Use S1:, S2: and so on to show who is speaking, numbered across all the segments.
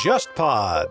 S1: JustPod。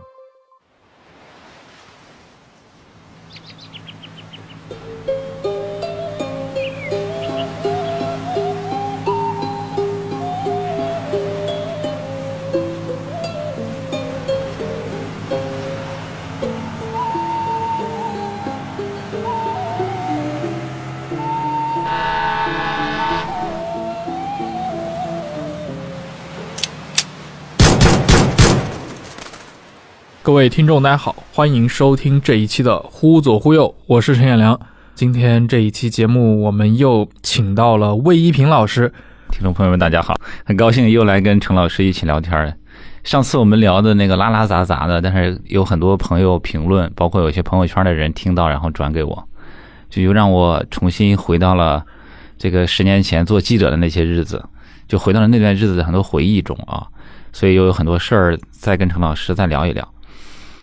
S2: 各位听众，大家好，欢迎收听这一期的《忽左忽右》，我是陈彦良。今天这一期节目，我们又请到了魏一平老师。
S3: 听众朋友们，大家好，很高兴又来跟陈老师一起聊天了。上次我们聊的那个拉拉杂杂的，但是有很多朋友评论，包括有些朋友圈的人听到，然后转给我，就又让我重新回到了这个十年前做记者的那些日子，就回到了那段日子的很多回忆中啊。所以又有很多事儿再跟陈老师再聊一聊。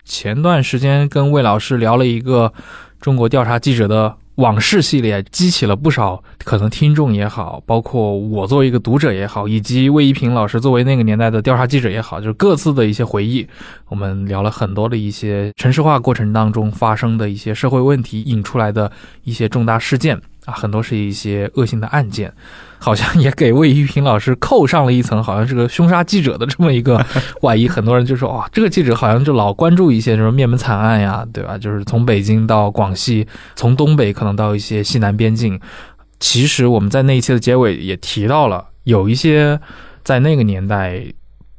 S2: 前段时间跟魏老师聊了一个中国调查记者的往事系列，激起了不少可能听众也好，包括我作为一个读者也好，以及魏一平老师作为那个年代的调查记者也好，就是各自的一些回忆。我们聊了很多的一些城市化过程当中发生的一些社会问题引出来的一些重大事件啊，很多是一些恶性的案件，好像也给魏一平老师扣上了一层好像是个凶杀记者的这么一个外衣。很多人就说哦哇、这个记者好像就老关注一些什么灭门惨案呀，对吧？就是从北京到广西，从东北可能到一些西南边境。其实我们在那一期的结尾也提到了，有一些在那个年代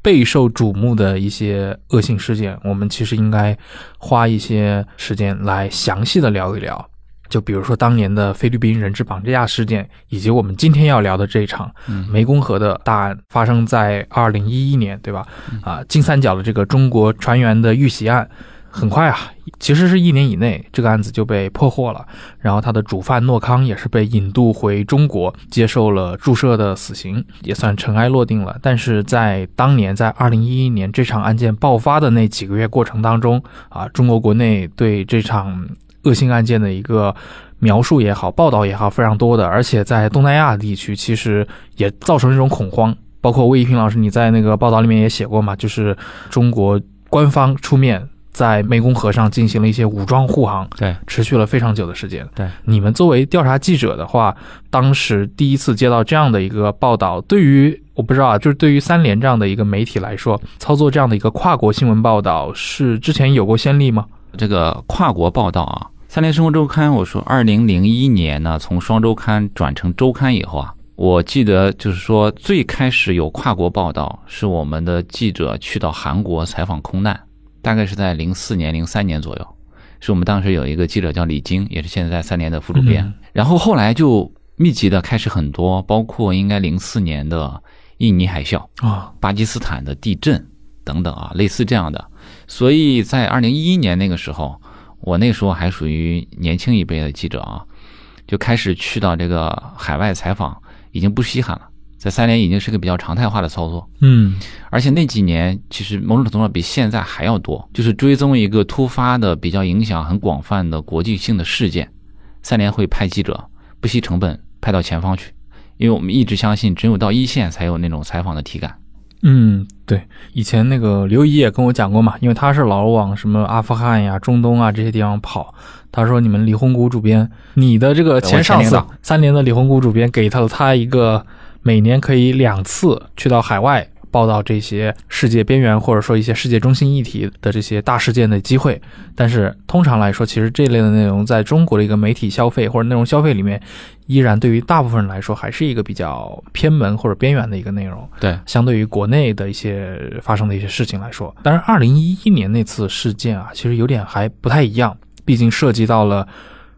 S2: 备受瞩目的一些恶性事件，我们其实应该花一些时间来详细的聊一聊。就比如说当年的菲律宾人质绑架事件，以及我们今天要聊的这一场湄公河的大案，发生在二零一一年，对吧？啊，金三角的这个中国船员的遇袭案，很快啊，其实是一年以内，这个案子就被破获了。然后他的主犯诺康也是被引渡回中国，接受了注射的死刑，也算尘埃落定了。但是在当年，在二零一一年这场案件爆发的那几个月过程当中，啊，中国国内对这场恶性案件的一个描述也好，报道也好，非常多的，而且在东南亚地区，其实也造成了一种恐慌。包括魏一平老师，你在那个报道里面也写过嘛，就是中国官方出面在湄公河上进行了一些武装护航，
S3: 对，
S2: 持续了非常久的时间。
S3: 对，
S2: 你们作为调查记者的话，当时第一次接到这样的一个报道，对于我不知道啊，就是对于三联这样的一个媒体来说，操作这样的一个跨国新闻报道，是之前有过先例吗？
S3: 这个跨国报道啊，《三联生活周刊》，我说二零零一年呢，从双周刊转成周刊以后啊，我记得就是说最开始有跨国报道是我们的记者去到韩国采访空难，大概是在零四年、零三年左右，是我们当时有一个记者叫李菁，也是现在在三联的副主编，
S2: 嗯
S3: 然后后来就密集的开始很多，包括应该零四年的印尼海啸。
S2: 啊，
S3: 巴基斯坦的地震等等啊，类似这样的。所以在二零一一年那个时候，我那时候还属于年轻一辈的记者啊，就开始去到这个海外采访，已经不稀罕了，在三联已经是个比较常态化的操作。
S2: 嗯
S3: 而且那几年其实某种程度上比现在还要多，就是追踪一个突发的、比较影响很广泛的国际性的事件，三联会派记者不惜成本派到前方去，因为我们一直相信，只有到一线才有那种采访的体感。
S2: 嗯，对，以前那个刘怡也跟我讲过嘛，因为他是老往什么阿富汗呀、中东啊这些地方跑。他说：“你们李红谷主编，你的这个前上
S3: 我前
S2: 司
S3: 领导
S2: 三联的李红谷主编给他了他一个每年可以两次去到海外报道这些世界边缘或者说一些世界中心议题的这些大事件的机会。但是通常来说，其实这类的内容在中国的一个媒体消费或者内容消费里面，依然对于大部分人来说还是一个比较偏门或者边缘的一个内容。
S3: 对，
S2: 相对于国内的一些发生的一些事情来说，当然，二零一一年那次事件啊，其实有点还不太一样，毕竟涉及到了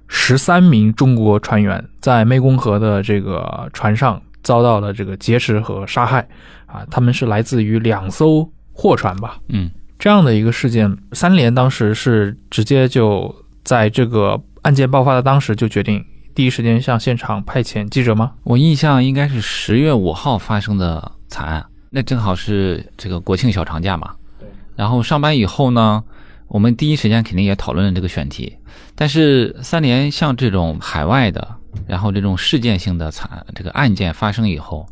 S2: 十三名中国船员在湄公河的这个船上遭到了这个劫持和杀害啊，他们是来自于两艘货船吧，
S3: 嗯。
S2: 这样的一个事件，三联当时是直接就在这个案件爆发的当时就决定第一时间向现场派遣记者吗？
S3: 我印象应该是十月五号发生的惨案，那正好是这个国庆小长假嘛。然后上班以后呢，我们第一时间肯定也讨论了这个选题，但是三联像这种海外的，然后这种事件性的惨这个案件发生以后，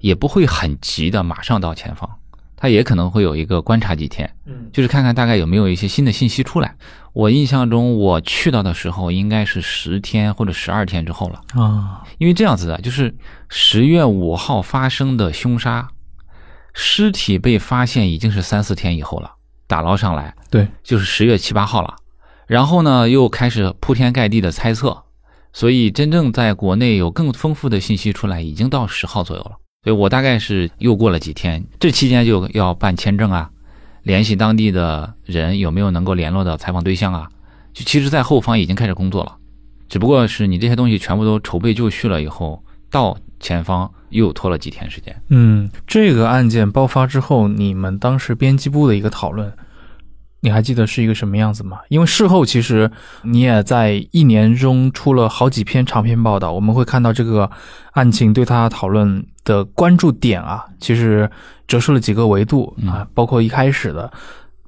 S3: 也不会很急的马上到前方，他也可能会有一个观察几天，
S2: 嗯
S3: 就是看看大概有没有一些新的信息出来。我印象中，我去到的时候应该是十天或者十二天之后了，
S2: 啊，
S3: 因为这样子啊，就是十月五号发生的凶杀，尸体被发现已经是三四天以后了，打捞上来，
S2: 对，
S3: 就是十月七八号了。然后呢，又开始铺天盖地的猜测，所以真正在国内有更丰富的信息出来，已经到十号左右了。所以我大概是又过了几天，这期间就要办签证啊，联系当地的人有没有能够联络到采访对象啊，就其实，在后方已经开始工作了，只不过是你这些东西全部都筹备就绪了以后，到前方又拖了几天时间。
S2: 嗯，这个案件爆发之后，你们当时编辑部的一个讨论，你还记得是一个什么样子吗？因为事后其实你也在一年中出了好几篇长篇报道，我们会看到这个案情对他讨论的关注点啊，其实折射了几个维度啊，包括一开始的。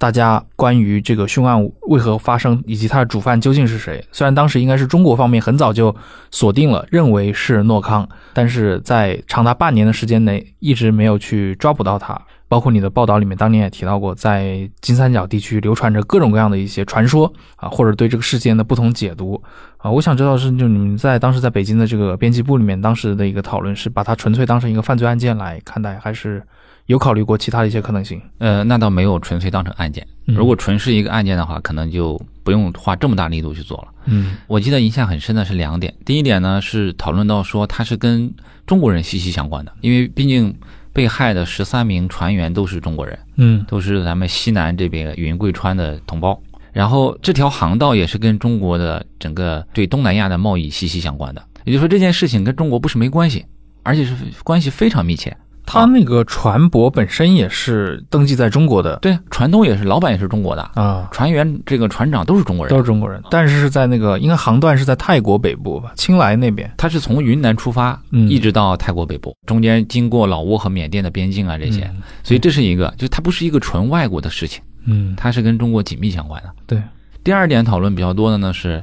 S2: 大家关于这个凶案为何发生以及他的主犯究竟是谁，虽然当时应该是中国方面很早就锁定了，认为是诺康，但是在长达半年的时间内，一直没有去抓捕到他。包括你的报道里面，当年也提到过，在金三角地区流传着各种各样的一些传说啊，或者对这个事件的不同解读啊。我想知道的是，就你们在当时在北京的这个编辑部里面，当时的一个讨论是把它纯粹当成一个犯罪案件来看待，还是有考虑过其他的一些可能性？
S3: 呃，那倒没有纯粹当成案件。
S2: 嗯
S3: 如果纯是一个案件的话，可能就不用花这么大力度去做了。
S2: 嗯
S3: 我记得印象很深的是两点，第一点呢是讨论到说它是跟中国人息息相关的，因为毕竟被害的十三名船员都是中国人，
S2: 嗯
S3: 都是咱们西南这边云贵川的同胞。然后这条航道也是跟中国的整个对东南亚的贸易息息相关的，也就是说这件事情跟中国不是没关系，而且是关系非常密切。
S2: 他那个船舶本身也是登记在中国的
S3: 对，船东也是，老板也是中国的，
S2: 啊，
S3: 船员这个船长都是中国人
S2: 都，是中国人，但是是在那个应该航段是在泰国北部吧，清莱那边。
S3: 他是从云南出发，
S2: 嗯
S3: 一直到泰国北部，中间经过老挝和缅甸的边境啊这些，
S2: 嗯
S3: 所以这是一个，就它不是一个纯外国的事情，
S2: 嗯，
S3: 它是跟中国紧密相关的。
S2: 对，
S3: 第二点讨论比较多的呢是，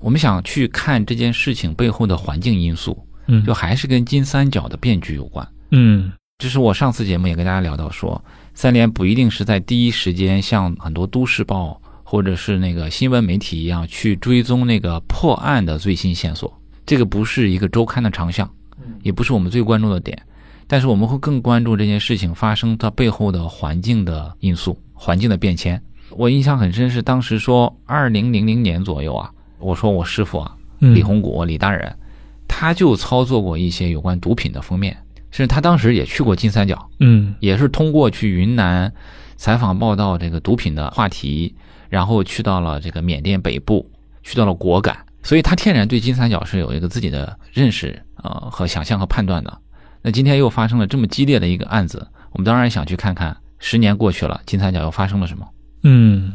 S3: 我们想去看这件事情背后的环境因素，
S2: 嗯
S3: 就还是跟金三角的变局有关。
S2: 嗯
S3: 这是我上次节目也跟大家聊到说，三联不一定是在第一时间像很多都市报或者是那个新闻媒体一样去追踪那个破案的最新线索，这个不是一个周刊的长项，也不是我们最关注的点，但是我们会更关注这件事情发生它背后的环境的因素、环境的变迁。我印象很深是当时说，二零零零年左右啊，我说我师傅啊，
S2: 嗯
S3: 李洪谷李大人，他就操作过一些有关毒品的封面，甚至他当时也去过金三角，
S2: 嗯
S3: 也是通过去云南采访报道这个毒品的话题，然后去到了这个缅甸北部，去到了果敢，所以他天然对金三角是有一个自己的认识呃和想象和判断的。那今天又发生了这么激烈的一个案子，我们当然想去看看，十年过去了，金三角又发生了什么？
S2: 嗯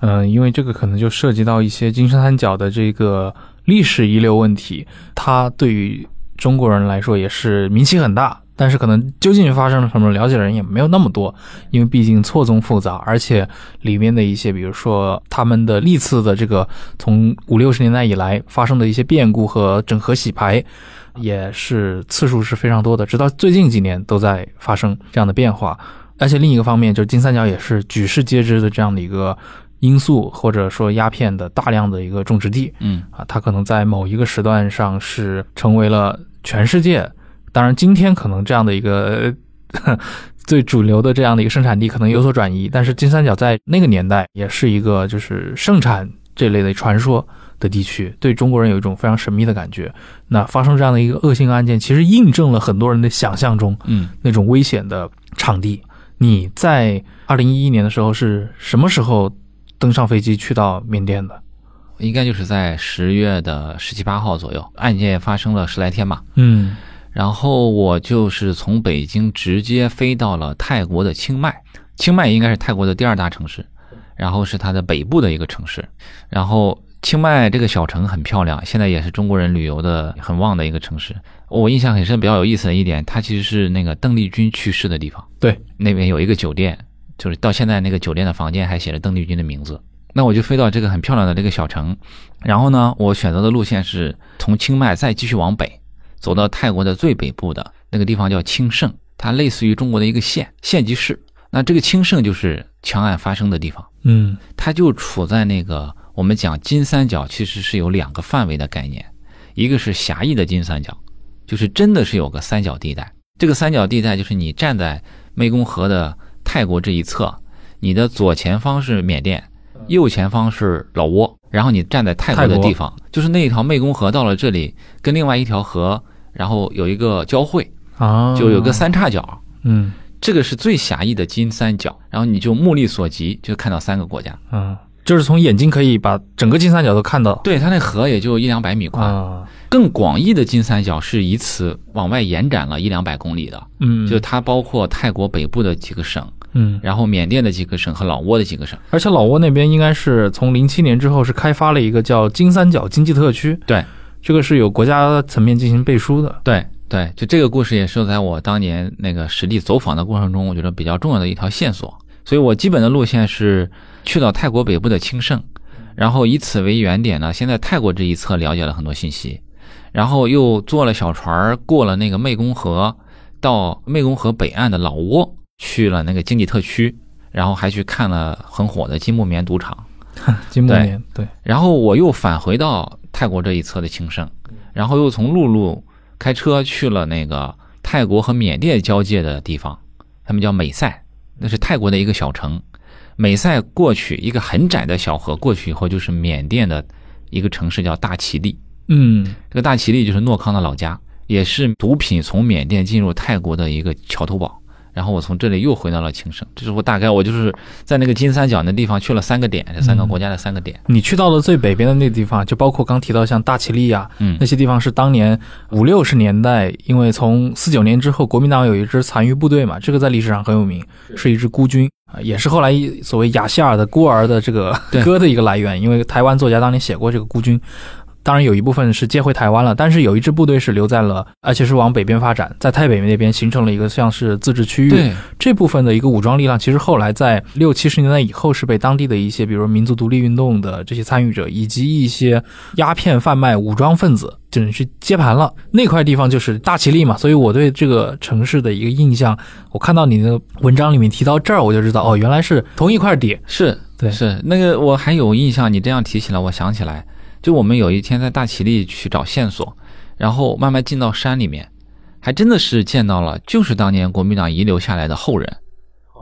S2: 嗯、呃因为这个可能就涉及到一些金三角的这个历史遗留问题，它对于中国人来说也是名气很大，但是可能究竟发生了什么，了解的人也没有那么多，因为毕竟错综复杂，而且里面的一些，比如说他们的历次的这个从五六十年代以来发生的一些变故和整合洗牌，也是次数是非常多的，直到最近几年都在发生这样的变化。而且另一个方面，就是金三角也是举世皆知的这样的一个因素，或者说鸦片的大量的一个种植地。
S3: 嗯，
S2: 啊，它可能在某一个时段上是成为了全世界，当然今天可能这样的一个 呵最主流的这样的一个生产地可能有所转移，但是金三角在那个年代也是一个就是盛产这类的传说的地区，对中国人有一种非常神秘的感觉。那发生这样的一个恶性案件，其实印证了很多人的想象中
S3: 嗯，
S2: 那种危险的场地。你在二零一一年的时候是什么时候登上飞机去到缅甸的？
S3: 应该就是在十月的十七八号左右，案件发生了十来天吧。
S2: 嗯
S3: 然后我就是从北京直接飞到了泰国的清迈，清迈应该是泰国的第二大城市，然后是它的北部的一个城市。然后清迈这个小城很漂亮，现在也是中国人旅游的很旺的一个城市。我印象很深，比较有意思的一点，它其实是那个邓丽君去世的地方。
S2: 对，
S3: 那边有一个酒店，就是到现在那个酒店的房间还写着邓丽君的名字。那我就飞到这个很漂亮的这个小城，然后呢，我选择的路线是从清迈再继续往北，走到泰国的最北部的那个地方叫清盛，它类似于中国的一个县县级市。那这个清盛就是枪案发生的地方，
S2: 嗯
S3: 它就处在那个我们讲金三角其实是有两个范围的概念，一个是狭义的金三角，就是真的是有个三角地带。这个三角地带就是你站在湄公河的泰国这一侧，你的左前方是缅甸，右前方是老挝，然后你站在泰国的
S2: 泰国
S3: 地方，就是那一条湄公河到了这里，跟另外一条河，然后有一个交汇，
S2: 啊，
S3: 就有个三叉角。
S2: 嗯
S3: 这个是最狭义的金三角，然后你就目力所及就看到三个国家，
S2: 嗯，就是从眼睛可以把整个金三角都看到
S3: 对，它那河也就一两百米宽。
S2: 啊，
S3: 更广义的金三角是以此往外延展了一两百公里的，
S2: 嗯，
S3: 就它包括泰国北部的几个省，
S2: 嗯，
S3: 然后缅甸的几个省和老挝的几个省。
S2: 而且老挝那边应该是从零七年之后是开发了一个叫金三角经济特区，
S3: 对，
S2: 这个是有国家层面进行背书 的，
S3: 对对，就这个故事也是在我当年那个实地走访的过程中，我觉得比较重要的一条线索。所以我基本的路线是去到泰国北部的清盛，然后以此为原点呢，先在泰国这一侧了解了很多信息，然后又坐了小船儿过了那个湄公河，到湄公河北岸的老挝去了那个经济特区，然后还去看了很火的金木棉赌场。
S2: 金木
S3: 对
S2: 年对，
S3: 然后我又返回到泰国这一侧的清盛，然后又从陆路开车去了那个泰国和缅甸交界的地方，他们叫美赛，那是泰国的一个小城。美赛过去一个很窄的小河，过去以后就是缅甸的一个城市叫大其力。
S2: 嗯
S3: 这个大其力就是诺康的老家，也是毒品从缅甸进入泰国的一个桥头堡。然后我从这里又回到了清盛，这是我大概我就是在那个金三角那地方去了三个点，这三个国家的三个点。
S2: 你去到了最北边的那地方，就包括刚提到像大其力啊，
S3: 嗯
S2: 那些地方是当年五六十年代，因为从四九年之后，国民党有一支残余部队嘛，这个在历史上很有名，是一支孤军啊，也是后来所谓亚细尔的孤儿的这个
S3: 对
S2: 歌的一个来源，因为台湾作家当年写过这个孤军。当然有一部分是接回台湾了，但是有一支部队是留在了，而且是往北边发展，在太北那边形成了一个像是自治区域，
S3: 对，
S2: 这部分的一个武装力量，其实后来在六七十年代以后是被当地的一些，比如说民族独立运动的这些参与者，以及一些鸦片贩卖武装分子，只能去接盘了。那块地方就是大其力嘛，所以我对这个城市的一个印象，我看到你的文章里面提到这儿，我就知道哦，原来是同一块地。
S3: 是，
S2: 对
S3: 是那个我还有印象，你这样提起来，我想起来，就我们有一天在大其力去找线索，然后慢慢进到山里面，还真的是见到了，就是当年国民党遗留下来的后人，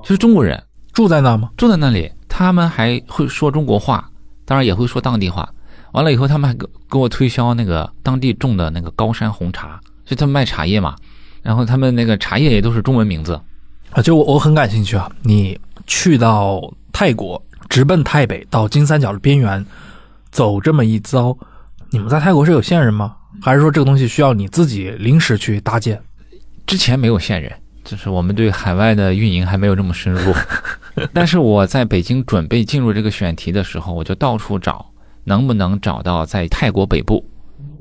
S3: 就是中国人
S2: 住在那吗？
S3: 住在那里，他们还会说中国话，当然也会说当地话。完了以后，他们还给给我推销那个当地种的那个高山红茶，就他们卖茶叶嘛，然后他们那个茶叶也都是中文名字。
S2: 啊，就我我很感兴趣啊，你去到泰国，直奔泰北，到金三角的边缘，走这么一遭，你们在泰国是有线人吗？还是说这个东西需要你自己临时去搭建？
S3: 之前没有线人，就是我们对海外的运营还没有这么深入。但是我在北京准备进入这个选题的时候，我就到处找，能不能找到在泰国北部，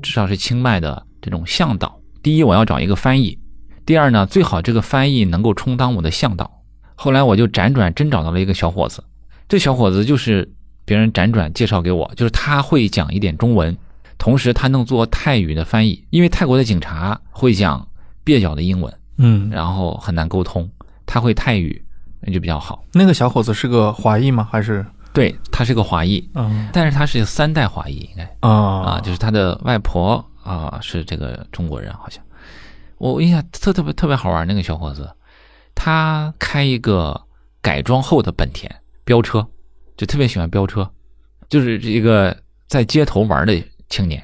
S3: 至少是清迈的这种向导。第一，我要找一个翻译；第二呢，最好这个翻译能够充当我的向导。后来我就辗转真找到了一个小伙子，这小伙子就是别人辗转介绍给我，就是他会讲一点中文，同时他能做泰语的翻译，因为泰国的警察会讲蹩脚的英文，
S2: 嗯，
S3: 然后很难沟通。他会泰语，那就比较好。
S2: 那个小伙子是个华裔吗？还是
S3: 对他是个华裔，
S2: 嗯
S3: 但是他是三代华裔，应该
S2: 啊
S3: 啊，就是他的外婆啊、是这个中国人，好像。我印象特特别特别好玩，那个小伙子，他开一个改装后的本田飙车，就特别喜欢飙车，就是一个在街头玩的青年，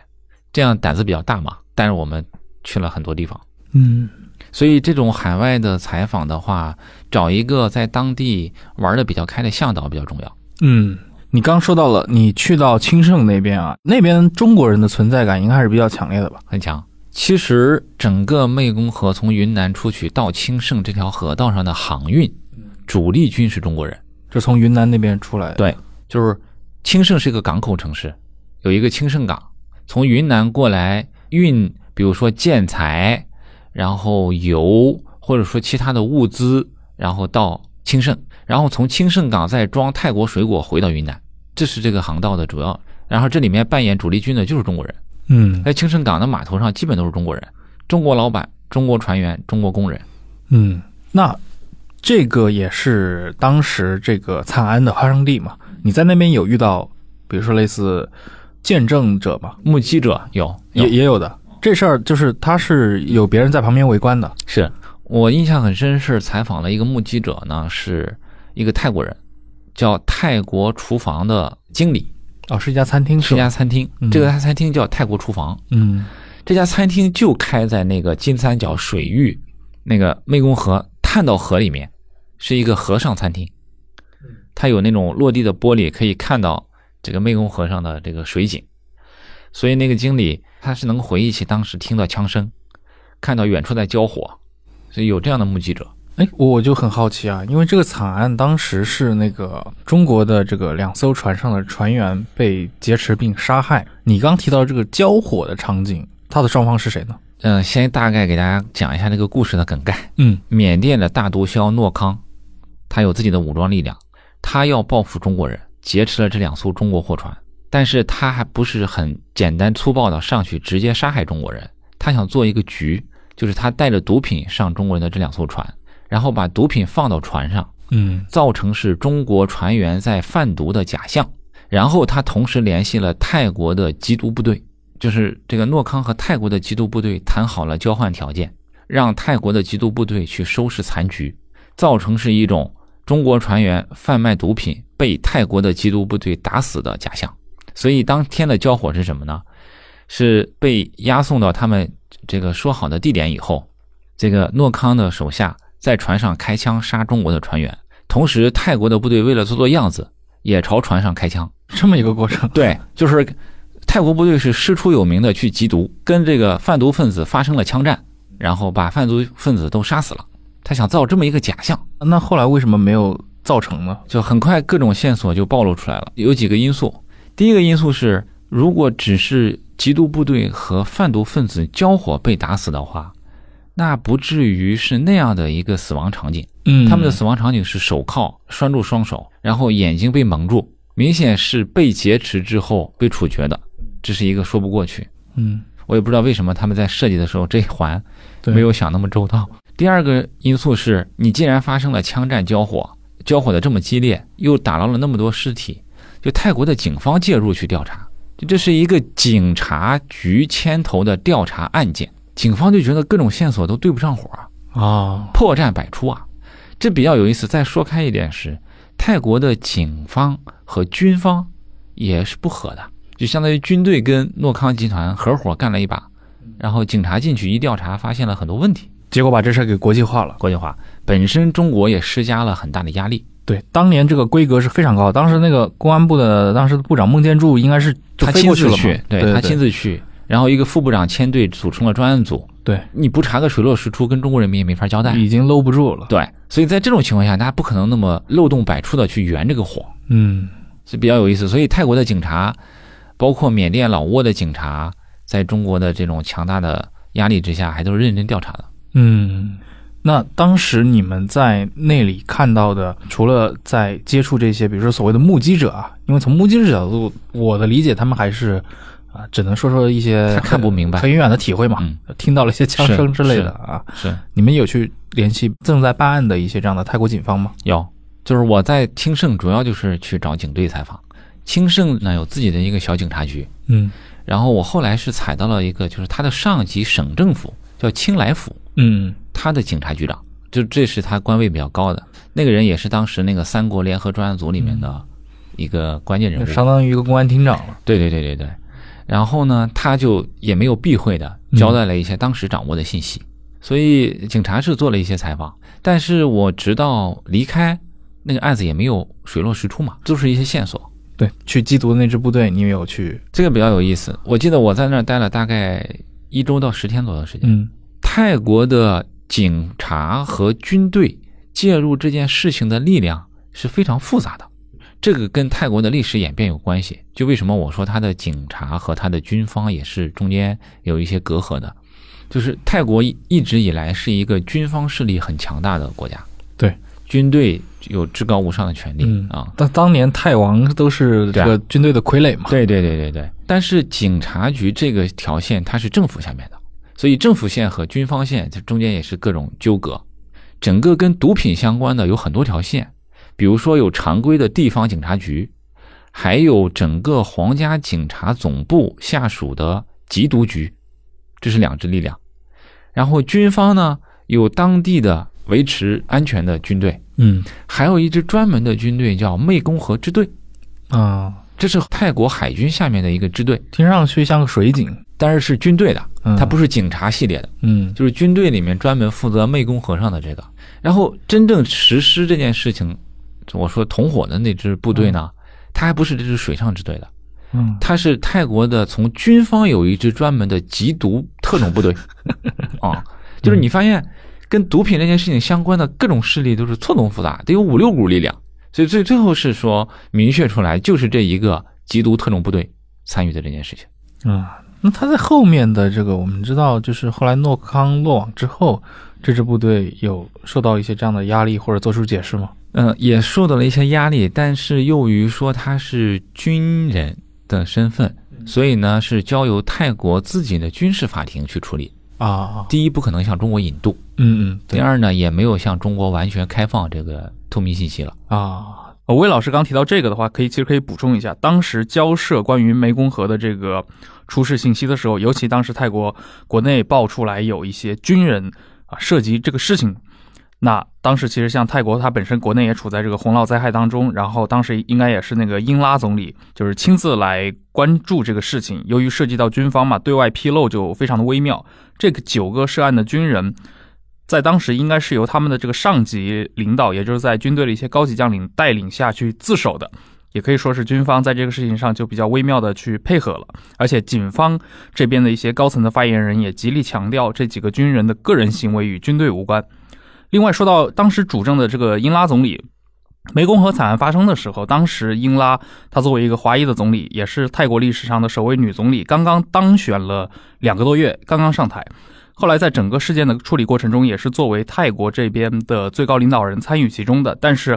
S3: 这样胆子比较大嘛。但是我们去了很多地方。
S2: 嗯
S3: 所以这种海外的采访的话，找一个在当地玩的比较开的向导比较重要。
S2: 嗯，你刚说到了，你去到清盛那边啊，那边中国人的存在感应该还是比较强烈的吧？
S3: 很强。其实整个湄公河从云南出去到清盛这条河道上的航运，主力军是中国人。
S2: 就从云南那边出来的。
S3: 对就是清盛是一个港口城市，有一个清盛港，从云南过来运，比如说建材，然后油或者说其他的物资，然后到清盛，然后从清盛港再装泰国水果回到云南，这是这个航道的主要。然后这里面扮演主力军的就是中国人。
S2: 嗯
S3: 在清盛港的码头上基本都是中国人，中国老板中国船员、中国工人。
S2: 嗯，那这个也是当时这个惨案的发生地嘛？你在那边有遇到，比如说类似见证者嘛，
S3: 目击者有，有
S2: 也也有的。这事儿就是他是有别人在旁边围观的，
S3: 是我印象很深，是采访了一个目击者呢，是一个泰国人，叫泰国厨房的经理，
S2: 哦，是一家餐厅
S3: 是
S2: 是
S3: 一
S2: 吧？
S3: 家餐厅，
S2: 嗯
S3: 这个餐厅叫泰国厨房，
S2: 嗯
S3: 这家餐厅就开在那个金三角水域，那个湄公河探到河里面，是一个河上餐厅，它有那种落地的玻璃，可以看到这个湄公河上的这个水景，所以那个经理他是能回忆起当时听到枪声，看到远处在交火，所以有这样的目击者。
S2: 哎，我我就很好奇啊，因为这个惨案当时是那个中国的这个两艘船上的船员被劫持并杀害。你刚提到这个交火的场景，它的双方是谁呢？
S3: 嗯，先大概给大家讲一下这个故事的梗概。
S2: 嗯
S3: 缅甸的大毒枭诺康，他有自己的武装力量，他要报复中国人，劫持了这两艘中国货船，但是他还不是很简单粗暴的上去直接杀害中国人，他想做一个局，就是他带着毒品上中国人的这两艘船，然后把毒品放到船上，
S2: 嗯
S3: 造成是中国船员在贩毒的假象。然后他同时联系了泰国的缉毒部队，就是这个诺康和泰国的缉毒部队谈好了交换条件，让泰国的缉毒部队去收拾残局，造成是一种中国船员贩卖毒品被泰国的缉毒部队打死的假象。所以当天的交火是什么呢？是被押送到他们这个说好的地点以后，这个诺康的手下在船上开枪杀中国的船员，同时泰国的部队为了做做样子，也朝船上开枪。
S2: 这么一个过程。
S3: 对，就是泰国部队是师出有名的去缉毒，跟这个贩毒分子发生了枪战，然后把贩毒分子都杀死了。他想造这么一个假象，
S2: 那后来为什么没有造成呢？
S3: 就很快各种线索就暴露出来了。有几个因素，第一个因素是，如果只是缉毒部队和贩毒分子交火被打死的话，那不至于是那样的一个死亡场景。
S2: 嗯
S3: 他们的死亡场景是手铐拴住双手，然后眼睛被蒙住，明显是被劫持之后被处决的，这是一个说不过去。
S2: 嗯
S3: 我也不知道为什么他们在设计的时候这一环
S2: 对
S3: 没有想那么周到。第二个因素是你既然发生了枪战交火，交火的这么激烈，又打捞了那么多尸体，就泰国的警方介入去调查，就这是一个警察局牵头的调查案件，警方就觉得各种线索都对不上火啊。
S2: 啊
S3: 破绽百出啊。这比较有意思。再说开一点是，泰国的警方和军方也是不和的，就相当于军队跟诺康集团合伙干了一把，然后警察进去一调查，发现了很多问题。
S2: 结果把这事儿给国际化了。
S3: 国际化本身中国也施加了很大的压力，
S2: 对，当年这个规格是非常高，当时那个公安部的当时的部长孟建柱应该是就
S3: 他
S2: 飞
S3: 亲
S2: 过
S3: 自
S2: 了嘛
S3: 去，
S2: 对
S3: 他亲自去，然后一个副部长签队组成了专案组。
S2: 对，
S3: 你不查个水落石出，跟中国人民也没法交代。
S2: 已经搂不住了。
S3: 对，所以在这种情况下，大家不可能那么漏洞百出的去圆这个谎。
S2: 嗯
S3: 是比较有意思。所以泰国的警察，包括缅甸、老挝的警察，在中国的这种强大的压力之下，还都是认真调查的。
S2: 嗯，那当时你们在那里看到的，除了在接触这些，比如说所谓的目击者啊，因为从目击者角度，我的理解，他们还是啊、只能说说一些
S3: 他 看不明白
S2: 很远的体会嘛，
S3: 嗯
S2: 听到了一些枪声之类的啊。
S3: 是
S2: 你们有去联系正在办案的一些这样的泰国警方吗？
S3: 有，就是我在清盛主要就是去找警队采访。清盛呢有自己的一个小警察局，
S2: 嗯
S3: 然后我后来是采到了一个，就是他的上级省政府叫清莱府，
S2: 嗯
S3: 他的警察局长，就这是他官位比较高的那个人，也是当时那个三国联合专案组里面的一个关键人物，
S2: 相当于一个公安厅长了。
S3: 对对对对对。然后呢，他就也没有避讳的交代了一些当时掌握的信息，所以警察是做了一些采访，但是我直到离开那个案子也没有水落石出嘛，都是一些线索。
S2: 对，去缉毒的那支部队，你也有去？
S3: 这个比较有意思，我记得我在那儿待了大概一周到十天左右的时间。
S2: 嗯
S3: 泰国的警察和军队介入这件事情的力量是非常复杂的，这个跟泰国的历史演变有关系。就为什么我说他的警察和他的军方也是中间有一些隔阂的，就是泰国一一直以来是一个军方势力很强大的国家，
S2: 对，
S3: 军队有至高无上的权利、
S2: 嗯
S3: 啊。
S2: 但当年泰王都是这个军队的傀儡嘛。
S3: 对对对对对，但是警察局这个条线它是政府下面的，所以政府线和军方线这中间也是各种纠葛。整个跟毒品相关的有很多条线，比如说有常规的地方警察局，还有整个皇家警察总部下属的缉毒局，这是两支力量。然后军方呢有当地的维持安全的军队，
S2: 嗯
S3: 还有一支专门的军队叫湄公河支队，
S2: 啊，
S3: 这是泰国海军下面的一个支队，
S2: 听上去像个水井，
S3: 但是是军队的，
S2: 嗯、
S3: 它不是警察系列的，
S2: 嗯
S3: 就是军队里面专门负责湄公河上的这个。然后真正实施这件事情，我说同伙的那支部队呢，它还不是这支水上支队的，
S2: 嗯
S3: 它是泰国的从军方有一支专门的缉毒特种部队， 啊，就是你发现跟毒品这件事情相关的各种势力都是错综复杂，得有五六股力量，所以最最后是说明确出来就是这一个缉毒特种部队参与的这件事情。
S2: 啊。那他在后面的这个，我们知道，就是后来诺康落网之后，这支部队有受到一些这样的压力或者做出解释吗？
S3: 嗯，也受到了一些压力，但是由于说他是军人的身份，所以呢是交由泰国自己的军事法庭去处理。
S2: 啊啊，
S3: 第一，不可能向中国引渡；
S2: 嗯嗯，
S3: 第二呢，也没有向中国完全开放这个透明信息了。
S2: 啊。呃魏老师刚提到这个的话，可以其实可以补充一下，当时交涉关于湄公河的这个出事信息的时候，尤其当时泰国国内爆出来有一些军人啊涉及这个事情，那当时其实像泰国它本身国内也处在这个洪涝灾害当中，然后当时应该也是那个英拉总理就是亲自来关注这个事情，由于涉及到军方嘛，对外披露就非常的微妙。这个九个涉案的军人，在当时应该是由他们的这个上级领导，也就是在军队的一些高级将领带领下去自首的，也可以说是军方在这个事情上就比较微妙的去配合了。而且警方这边的一些高层的发言人也极力强调，这几个军人的个人行为与军队无关。另外，说到当时主政的这个英拉总理。湄公河惨案发生的时候，当时英拉她作为一个华裔的总理，也是泰国历史上的首位女总理，刚刚当选了两个多月，刚刚上台。后来在整个事件的处理过程中，也是作为泰国这边的最高领导人参与其中的。但是，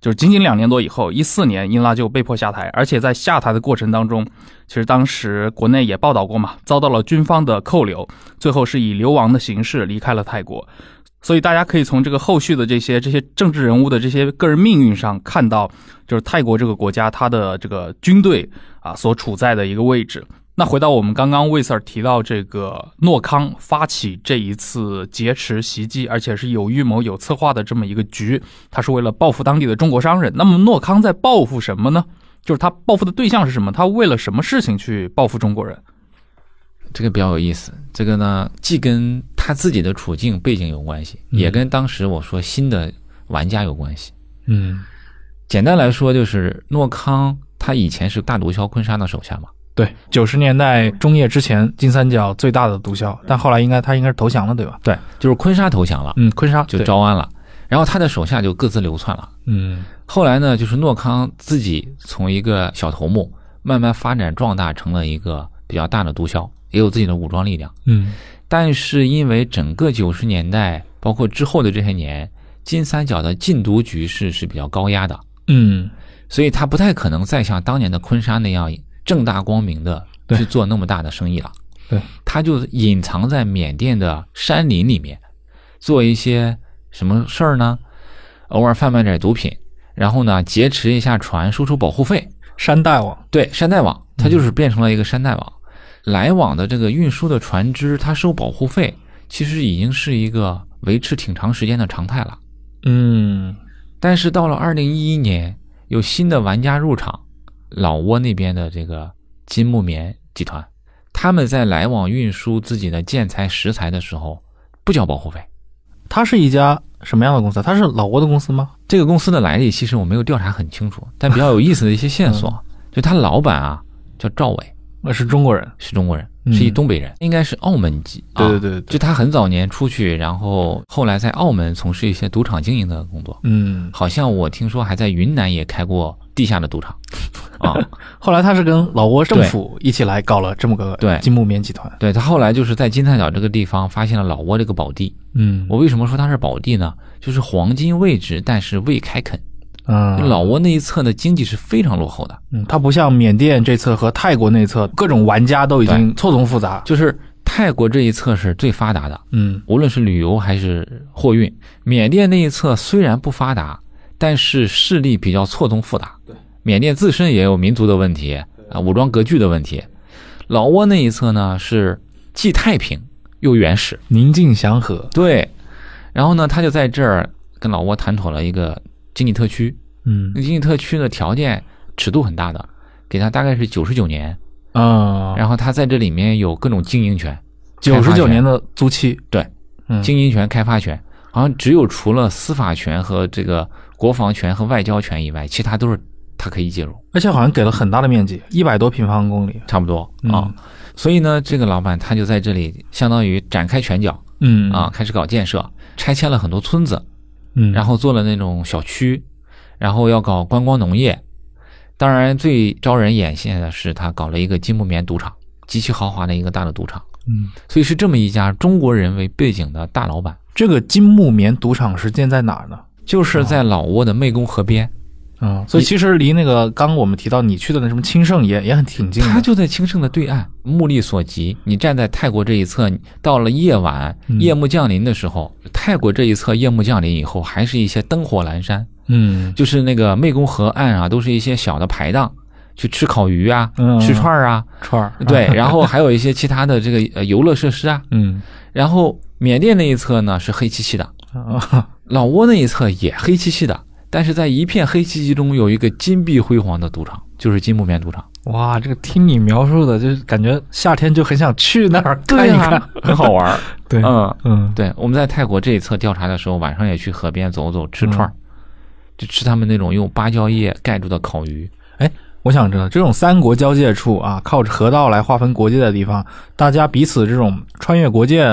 S2: 就是仅仅两年多以后，一四年，英拉就被迫下台，而且在下台的过程当中，其实当时国内也报道过嘛，遭到了军方的扣留，最后是以流亡的形式离开了泰国。所以大家可以从这个后续的这些这些政治人物的这些个人命运上看到，就是泰国这个国家它的这个军队啊所处在的一个位置。那回到我们刚刚魏 Sir 提到这个诺康发起这一次劫持袭击，而且是有预谋、有策划的这么一个局，他是为了报复当地的中国商人。那么诺康在报复什么呢？就是他报复的对象是什么？他为了什么事情去报复中国人？
S3: 这个比较有意思。这个呢，既跟他自己的处境背景有关系，
S2: 嗯
S3: 也跟当时我说新的玩家有关系。
S2: 嗯，
S3: 简单来说，就是诺康他以前是大毒枭坤沙的手下嘛。
S2: 对，九十年代中叶之前，金三角最大的毒枭，但后来应该他应该是投降了，对吧？
S3: 嗯对，就是坤沙投降了，
S2: 嗯，坤沙
S3: 就
S2: 对
S3: 招安了，然后他的手下就各自流窜了。
S2: 嗯
S3: 后来呢，就是诺康自己从一个小头目慢慢发展壮大，成了一个比较大的毒枭，也有自己的武装力量。
S2: 嗯
S3: 但是因为整个九十年代，包括之后的这些年，金三角的禁毒局势是比较高压的，
S2: 嗯
S3: 所以他不太可能再像当年的坤沙那样正大光明的
S2: 对
S3: 去做那么大的生意了。
S2: 对，
S3: 他就隐藏在缅甸的山林里面，做一些什么事儿呢？偶尔贩卖点毒品，然后呢劫持一下船，收出保护费。
S2: 山大王，
S3: 对，山大网，它就是变成了一个山大网。来往的这个运输的船只，它收保护费，其实已经是一个维持挺长时间的常态了。
S2: 嗯
S3: 但是到了二零一一年，有新的玩家入场，老挝那边的这个金木棉集团，他们在来往运输自己的建材石材的时候，不交保护费。
S2: 它是一家什么样的公司？它是老挝的公司吗？
S3: 这个公司的来历其实我没有调查很清楚，但比较有意思的一些线索，
S2: 嗯
S3: 就他老板啊叫赵伟，
S2: 呃，是中国人。
S3: 是中国人，
S2: 嗯
S3: 是一东北人，应该是澳门籍。啊
S2: 对对对对，
S3: 就他很早年出去，然后后来在澳门从事一些赌场经营的工作，
S2: 嗯，
S3: 好像我听说还在云南也开过地下的赌场，啊，
S2: 后来他是跟老挝政府一起来搞了这么个
S3: 对
S2: 金木棉集团。
S3: 对他后来就是在金三角这个地方发现了老挝这个宝地。
S2: 嗯
S3: 我为什么说它是宝地呢？就是黄金位置，但是未开垦。
S2: 嗯，
S3: 老挝那一侧的经济是非常落后的，
S2: 嗯，它不像缅甸这侧和泰国那侧，各种玩家都已经错综复杂。
S3: 就是泰国这一侧是最发达的，
S2: 嗯
S3: 无论是旅游还是货运。缅甸那一侧虽然不发达，但是势力比较错综复杂。对，缅甸自身也有民族的问题啊，武装割据的问题。老挝那一侧呢是既太平又原始，
S2: 宁静祥和，
S3: 对。然后呢，他就在这儿跟老挝谈妥了一个经济特区。
S2: 嗯
S3: 那经济特区的条件尺度很大的，给他大概是九十九年，
S2: 啊，
S3: 然后他在这里面有各种经营权、
S2: 九
S3: 开
S2: 十
S3: 发
S2: 九
S3: 权
S2: 年的租期，
S3: 对，
S2: 嗯，
S3: 经营权、开发权，好像只有除了司法权和这个国防权和外交权以外，其他都是他可以介入，
S2: 而且好像给了很大的面积，一百多平方公里，
S3: 差不多
S2: 嗯
S3: 啊。所以呢，这个老板他就在这里相当于展开拳脚
S2: 嗯
S3: 啊，，开始搞建设，拆迁了很多村子，
S2: 嗯，
S3: 然
S2: 后
S3: 后做了那种小区，然后要搞观光农业。当然，最招人眼线的是他搞了一个金木棉赌场，极其豪华的一个大的赌场。
S2: 嗯，
S3: 所以是这么一家中国人为背景的大老板，
S2: 这个金木棉赌场是建在哪儿呢？
S3: 就是在老挝的湄公河边，
S2: 嗯，所以其实离那个刚刚我们提到你去的那什么清盛也也很挺近的，
S3: 他就在清盛的对岸，目力所及。你站在泰国这一侧，你到了夜晚
S2: 嗯
S3: 夜幕降临的时候，泰国这一侧夜幕降临以后，还是一些灯火阑珊，
S2: 嗯
S3: 就是那个湄公河岸啊，都是一些小的排档，去吃烤鱼啊，
S2: 嗯
S3: 吃串儿啊，
S2: 串儿，
S3: 对，然后还有一些其他的这个呃游乐设施啊。
S2: 嗯
S3: 然后缅甸那一侧呢是黑漆漆的，
S2: 啊
S3: 老挝那一侧也黑漆漆的，但是在一片黑漆漆中有一个金碧辉煌的赌场，就是金木棉赌场。
S2: 哇，这个听你描述的，就是感觉夏天就很想去那儿看一
S3: 呀、
S2: 哎看，
S3: 啊很好玩儿。
S2: 对，
S3: 嗯，
S2: 嗯
S3: 对，我们在泰国这一侧调查的时候，晚上也去河边走走，吃串儿，就吃他们那种用芭蕉叶盖住的烤鱼。
S2: 我想知道，这种三国交界处啊，靠着河道来划分国界的地方，大家彼此这种穿越国界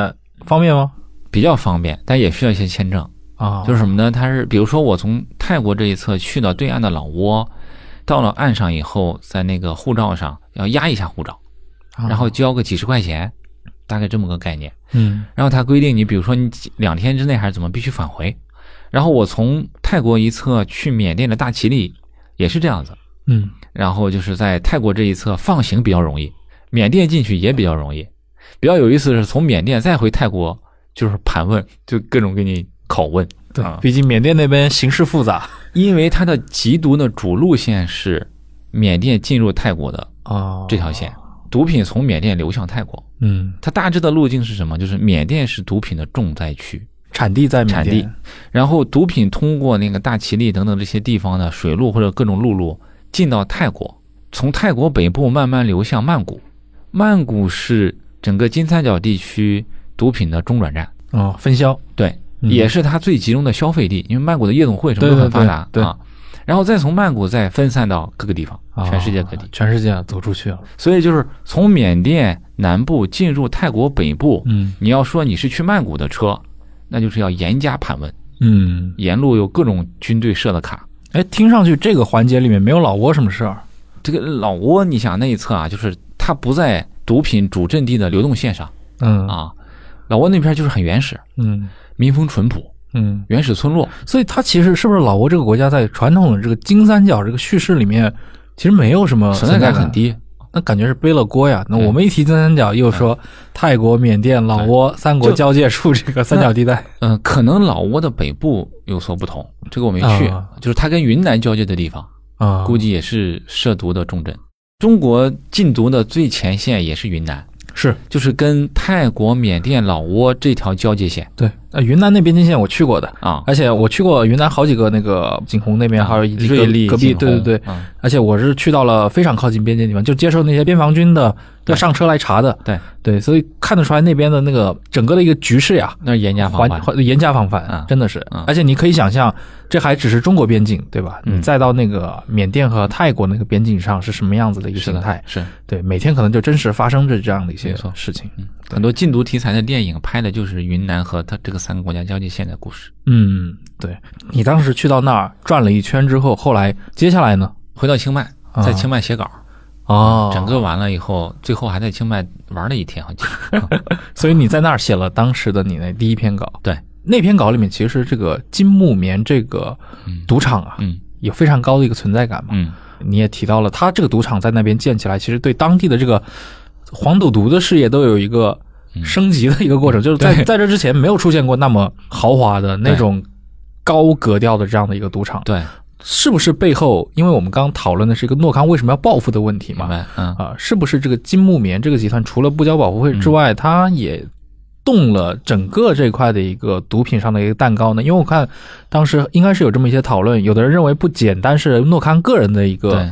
S2: 方便吗？
S3: 比较方便，但也需要一些签证。
S2: 啊，
S3: 就是什么呢？它是比如说我从泰国这一侧去到对岸的老挝，到了岸上以后，在那个护照上要压一下护照，
S2: 啊
S3: 然后交个几十块钱，大概这么个概念。
S2: 嗯
S3: 然后它规定你，比如说你几两天之内还是怎么，必须返回。然后我从泰国一侧去缅甸的大其力也是这样子，
S2: 嗯
S3: 然后就是在泰国这一侧放行比较容易，缅甸进去也比较容易。比较有意思的是，从缅甸再回泰国就是盘问，就各种给你拷问。
S2: 对
S3: 啊，
S2: 毕竟缅甸那边形势复杂
S3: 因为它的缉毒的主路线是缅甸进入泰国的
S2: 啊，
S3: 这条线，毒品从缅甸流向泰国。
S2: 嗯，
S3: 它大致的路径是什么？就是缅甸是毒品的重灾区，
S2: 产地在缅
S3: 产
S2: 甸
S3: 地，然后毒品通过那个大其力等等这些地方的水路或者各种陆路进到泰国，从泰国北部慢慢流向曼谷。曼谷是整个金三角地区毒品的中转站，
S2: 啊，分销
S3: 对，
S2: 嗯
S3: 也是它最集中的消费地，因为曼谷的夜总会什么
S2: 对
S3: 都
S2: 对
S3: 很发
S2: 对
S3: 达
S2: 对
S3: 啊。然后再从曼谷再分散到各个地方，全世界各地
S2: 啊。全世界走出去了，
S3: 所以就是从缅甸南部进入泰国北部，
S2: 嗯
S3: 你要说你是去曼谷的车，那就是要严加盘问，
S2: 嗯，
S3: 沿路有各种军队设的卡。
S2: 哎，听上去这个环节里面没有老挝什么事儿，
S3: 这个老挝，你想那一侧啊，就是它不在毒品主阵地的流动线上
S2: 嗯
S3: 啊，老挝那边就是很原始，
S2: 嗯
S3: 民风淳朴，
S2: 嗯，
S3: 原始村落。
S2: 所以它其实是不是老挝这个国家在传统的这个金三角这个叙事里面，其实没有什么
S3: 存在感很，低，
S2: 那感觉是背了锅呀。那
S3: 对
S2: 我们一提金三角，又说泰国、缅甸、老挝三国
S3: 就
S2: 交界处这个三角地带，
S3: 嗯、可能老挝的北部有所不同，这个我没去，
S2: 啊
S3: 就是它跟云南交界的地方，
S2: 啊，
S3: 估计也是涉毒的重镇。中国禁毒的最前线也是云南，
S2: 是
S3: 就是跟泰国、缅甸、老挝这条交界线
S2: 对。呃，云南那边境线我去过的，
S3: 啊，
S2: 而且我去过云南好几个那个景洪那边，还有以及隔
S3: 瑞丽
S2: 隔壁，
S3: 景
S2: 对
S3: 洪
S2: 对对。
S3: 嗯
S2: 而且我是去到了非常靠近边界的地方，就接受那些边防军的要
S3: 对
S2: 上车来查的，
S3: 对
S2: 对，所以看得出来那边的那个整个的一个局势呀，
S3: 那是严加防
S2: 环
S3: 范。
S2: 环严加防范，
S3: 啊
S2: 真的是。
S3: 啊
S2: 而且你可以想象，这还只是中国边境，对吧？
S3: 嗯
S2: 你再到那个缅甸和泰国那个边境上是什么样子的一个
S3: 是
S2: 形态
S3: 的，？是
S2: 对，每天可能就真实发生着这样的一些
S3: 没错
S2: 事情。
S3: 很多禁毒题材的电影拍的就是云南和它这个三个国家交界线的故事。
S2: 嗯，对。你当时去到那儿转了一圈之后，后来接下来呢？
S3: 回到清迈，
S2: 啊
S3: 在清迈写稿，
S2: 哦，
S3: 整，个完了以后，最后还在清迈玩了一天， 好像
S2: 所以你在那儿写了当时的你那第一篇稿。
S3: 对，
S2: 那篇稿里面其实这个金木棉这个
S3: 嗯
S2: 赌场啊，
S3: 嗯
S2: 有非常高的一个存在感嘛。
S3: 嗯，
S2: 你也提到了，他这个赌场在那边建起来，其实对当地的这个黄赌毒的事业都有一个升级的一个过程，就是在
S3: 嗯对
S2: 在这之前没有出现过那么豪华的那
S3: 对
S2: 种高格调的这样的一个赌场，
S3: 对，
S2: 是不是背后？因为我们刚讨论的是一个诺康为什么要报复的问题
S3: 明
S2: 嘛，
S3: 白，嗯，
S2: 啊，是不是这个金木棉这个集团除了不交保护费之外，它也动了整个这块的一个毒品上的一个蛋糕呢？因为我看当时应该是有这么一些讨论，有的人认为不简单是诺康个人的一个
S3: 对，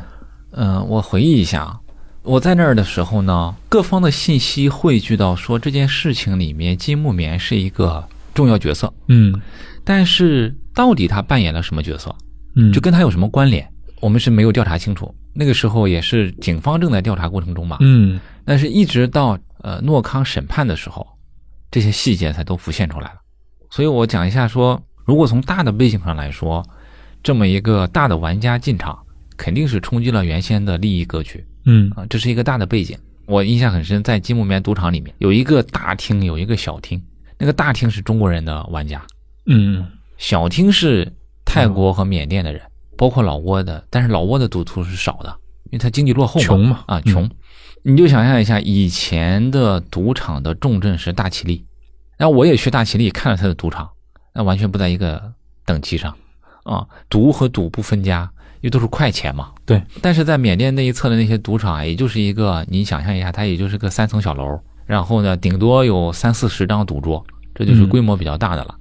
S3: 嗯、我回忆一下啊，我在那儿的时候呢，各方的信息汇聚到说这件事情里面，金木棉是一个重要角色，
S2: 嗯
S3: 但是到底他扮演了什么角色，
S2: 嗯，
S3: 就跟他有什么关联，我们是没有调查清楚。那个时候也是警方正在调查过程中嘛，
S2: 嗯
S3: 但是一直到呃诺康审判的时候，这些细节才都浮现出来了。所以我讲一下说，如果从大的背景上来说，这么一个大的玩家进场，肯定是冲击了原先的利益格局
S2: 嗯
S3: 啊，这是一个大的背景。我印象很深，在金木棉赌场里面有一个大厅，有一个小厅，那个大厅是中国人的玩家，
S2: 嗯
S3: 小厅是泰国和缅甸的人，包括老挝的，但是老挝的赌徒是少的，因为他经济落后嘛，
S2: 穷嘛嗯
S3: 啊穷。你就想象一下，以前的赌场的重镇是大其力，然后我也去大其力看了他的赌场，那完全不在一个等级上啊，赌和赌不分家，因为都是快钱嘛。
S2: 对，
S3: 但是在缅甸那一侧的那些赌场，也就是一个你想象一下，它也就是个三层小楼，然后呢，顶多有三四十张赌桌，这就是
S2: 嗯
S3: 规模比较大的了。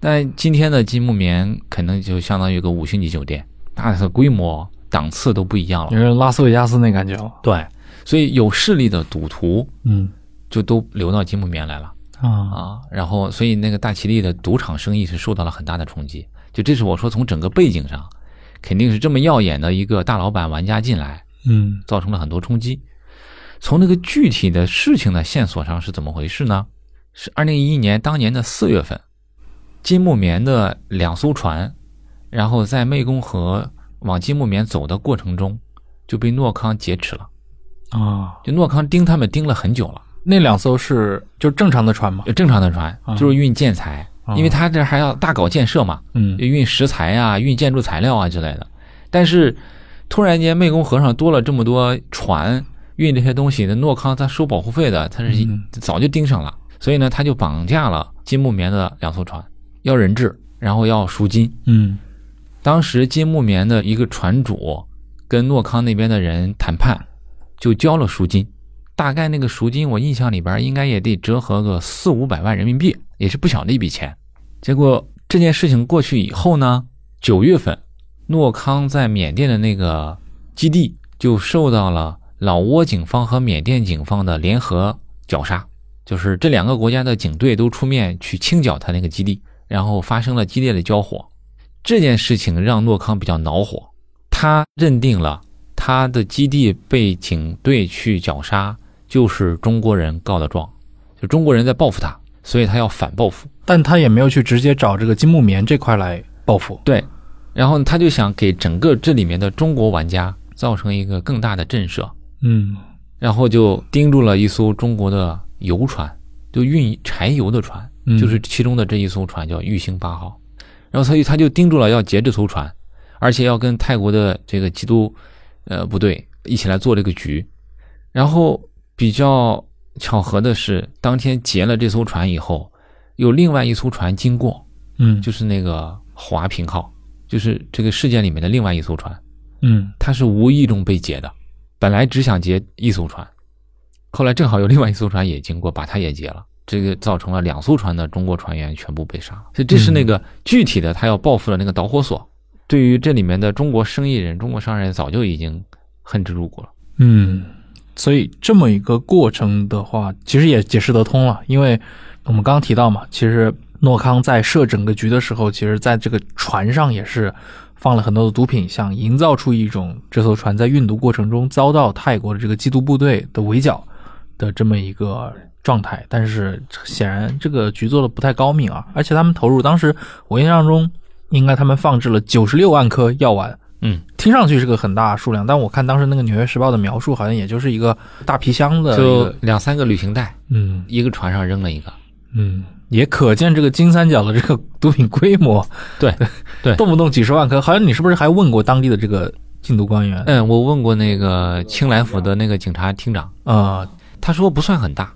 S3: 但今天的金木棉可能就相当于一个五星级酒店，它的规模档次都不一样
S2: 有
S3: 了。
S2: 点拉斯维加斯那感觉了，
S3: 对，所以有势力的赌徒
S2: 嗯
S3: 就都流到金木棉来了
S2: 啊
S3: 啊。然后，所以那个大其力的赌场生意是受到了很大的冲击。就这是我说从整个背景上，肯定是这么耀眼的一个大老板玩家进来，
S2: 嗯
S3: 造成了很多冲击。从那个具体的事情的线索上是怎么回事呢？是二零一一年当年的四月份，金木棉的两艘船，然后在湄公河往金木棉走的过程中，就被诺康劫持了。
S2: 啊，
S3: 就诺康盯他们盯了很久了，
S2: 那两艘是就正常的船嘛，
S3: 有正常的船
S2: 啊
S3: 就是运建材，
S2: 啊
S3: 因为他这还要大搞建设嘛，
S2: 嗯
S3: 运石材啊、运建筑材料啊之类的。但是突然间，湄公河上多了这么多船运这些东西，那诺康他收保护费的，他是一
S2: 嗯
S3: 早就盯上了，所以呢，他就绑架了金木棉的两艘船，要人质，然后要赎金。
S2: 嗯
S3: 当时金木棉的一个船主跟诺康那边的人谈判，就交了赎金，大概那个赎金我印象里边应该也得折合个四五百万人民币，也是不小的一笔钱。结果这件事情过去以后呢，九月份，诺康在缅甸的那个基地就受到了老挝警方和缅甸警方的联合绞杀，就是这两个国家的警队都出面去清剿他那个基地，然后发生了激烈的交火。这件事情让诺康比较恼火，他认定了他的基地被警队去绞杀，就是中国人告的状，就中国人在报复他，所以他要反报复。
S2: 但他也没有去直接找这个金木棉这块来报复，
S3: 对，然后他就想给整个这里面的中国玩家造成一个更大的震慑，
S2: 嗯
S3: 然后就盯住了一艘中国的油船，就运柴油的船，
S2: 嗯
S3: 就是其中的这一艘船叫玉兴八号，然后所以他就盯住了要劫这艘船，而且要跟泰国的这个基督呃部队一起来做这个局，然后比较巧合的是，当天劫了这艘船以后，有另外一艘船经过，
S2: 嗯
S3: 就是那个华平号，就是这个事件里面的另外一艘船，
S2: 嗯
S3: 它是无意中被劫的。本来只想劫一艘船，后来正好有另外一艘船也经过，把它也劫了。这个造成了两艘船的中国船员全部被杀，所以这是那
S2: 嗯
S3: 个具体的他要报复的那个导火索。对于这里面的中国生意人、中国商人，早就已经恨之入骨了。
S2: 嗯，所以这么一个过程的话，其实也解释得通了，因为我们刚刚提到嘛，其实诺康在设整个局的时候，其实在这个船上也是放了很多的毒品，想营造出一种这艘船在运毒过程中遭到泰国的这个缉毒部队的围剿的这么一个。状态，但是显然这个局做的不太高明啊，而且他们投入当时我印象中，应该他们放置了九十六万颗药丸，
S3: 嗯，
S2: 听上去是个很大数量，但我看当时那个《纽约时报》的描述，好像也就是一个大皮箱的呃一
S3: 就
S2: 个，
S3: 两三个旅行袋，
S2: 嗯
S3: 一个船上扔了一个，
S2: 嗯，也可见这个金三角的这个毒品规模，
S3: 对对
S2: 动不动几十万颗。好像你是不是还问过当地的这个禁毒官员？啊、
S3: 嗯，我
S2: 呃
S3: 问过那个清莱府的那个警察厅长，他说不算很大，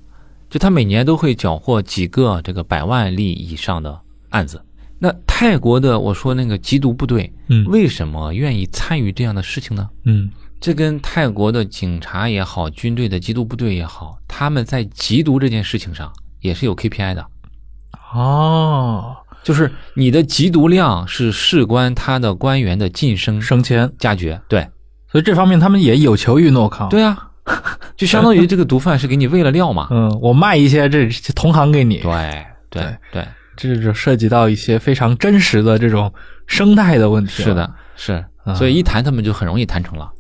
S3: 就他每年都会缴获几个这个百万例以上的案子。那泰国的我说那个缉毒部队
S2: 嗯
S3: 为什么愿意参与这样的事情呢？
S2: 嗯
S3: 这跟泰国的警察也好，军队的缉毒部队也好，他们在缉毒这件事情上也是有 KPI 的，
S2: 哦，
S3: 就是你的缉毒量是事关他的官员的晋升
S2: 省钱，
S3: 加爵。对，
S2: 所以这方面他们也有求于诺康。，
S3: 对啊，就相当于这个毒贩是给你喂了料嘛。
S2: 嗯，我卖一些这这同行给你，
S3: 对对
S2: 对
S3: 对，
S2: 这就涉及到一些非常真实的这种生态的问题。
S3: 是，的，是
S2: 啊，
S3: 所以一谈他们就很容易谈成了。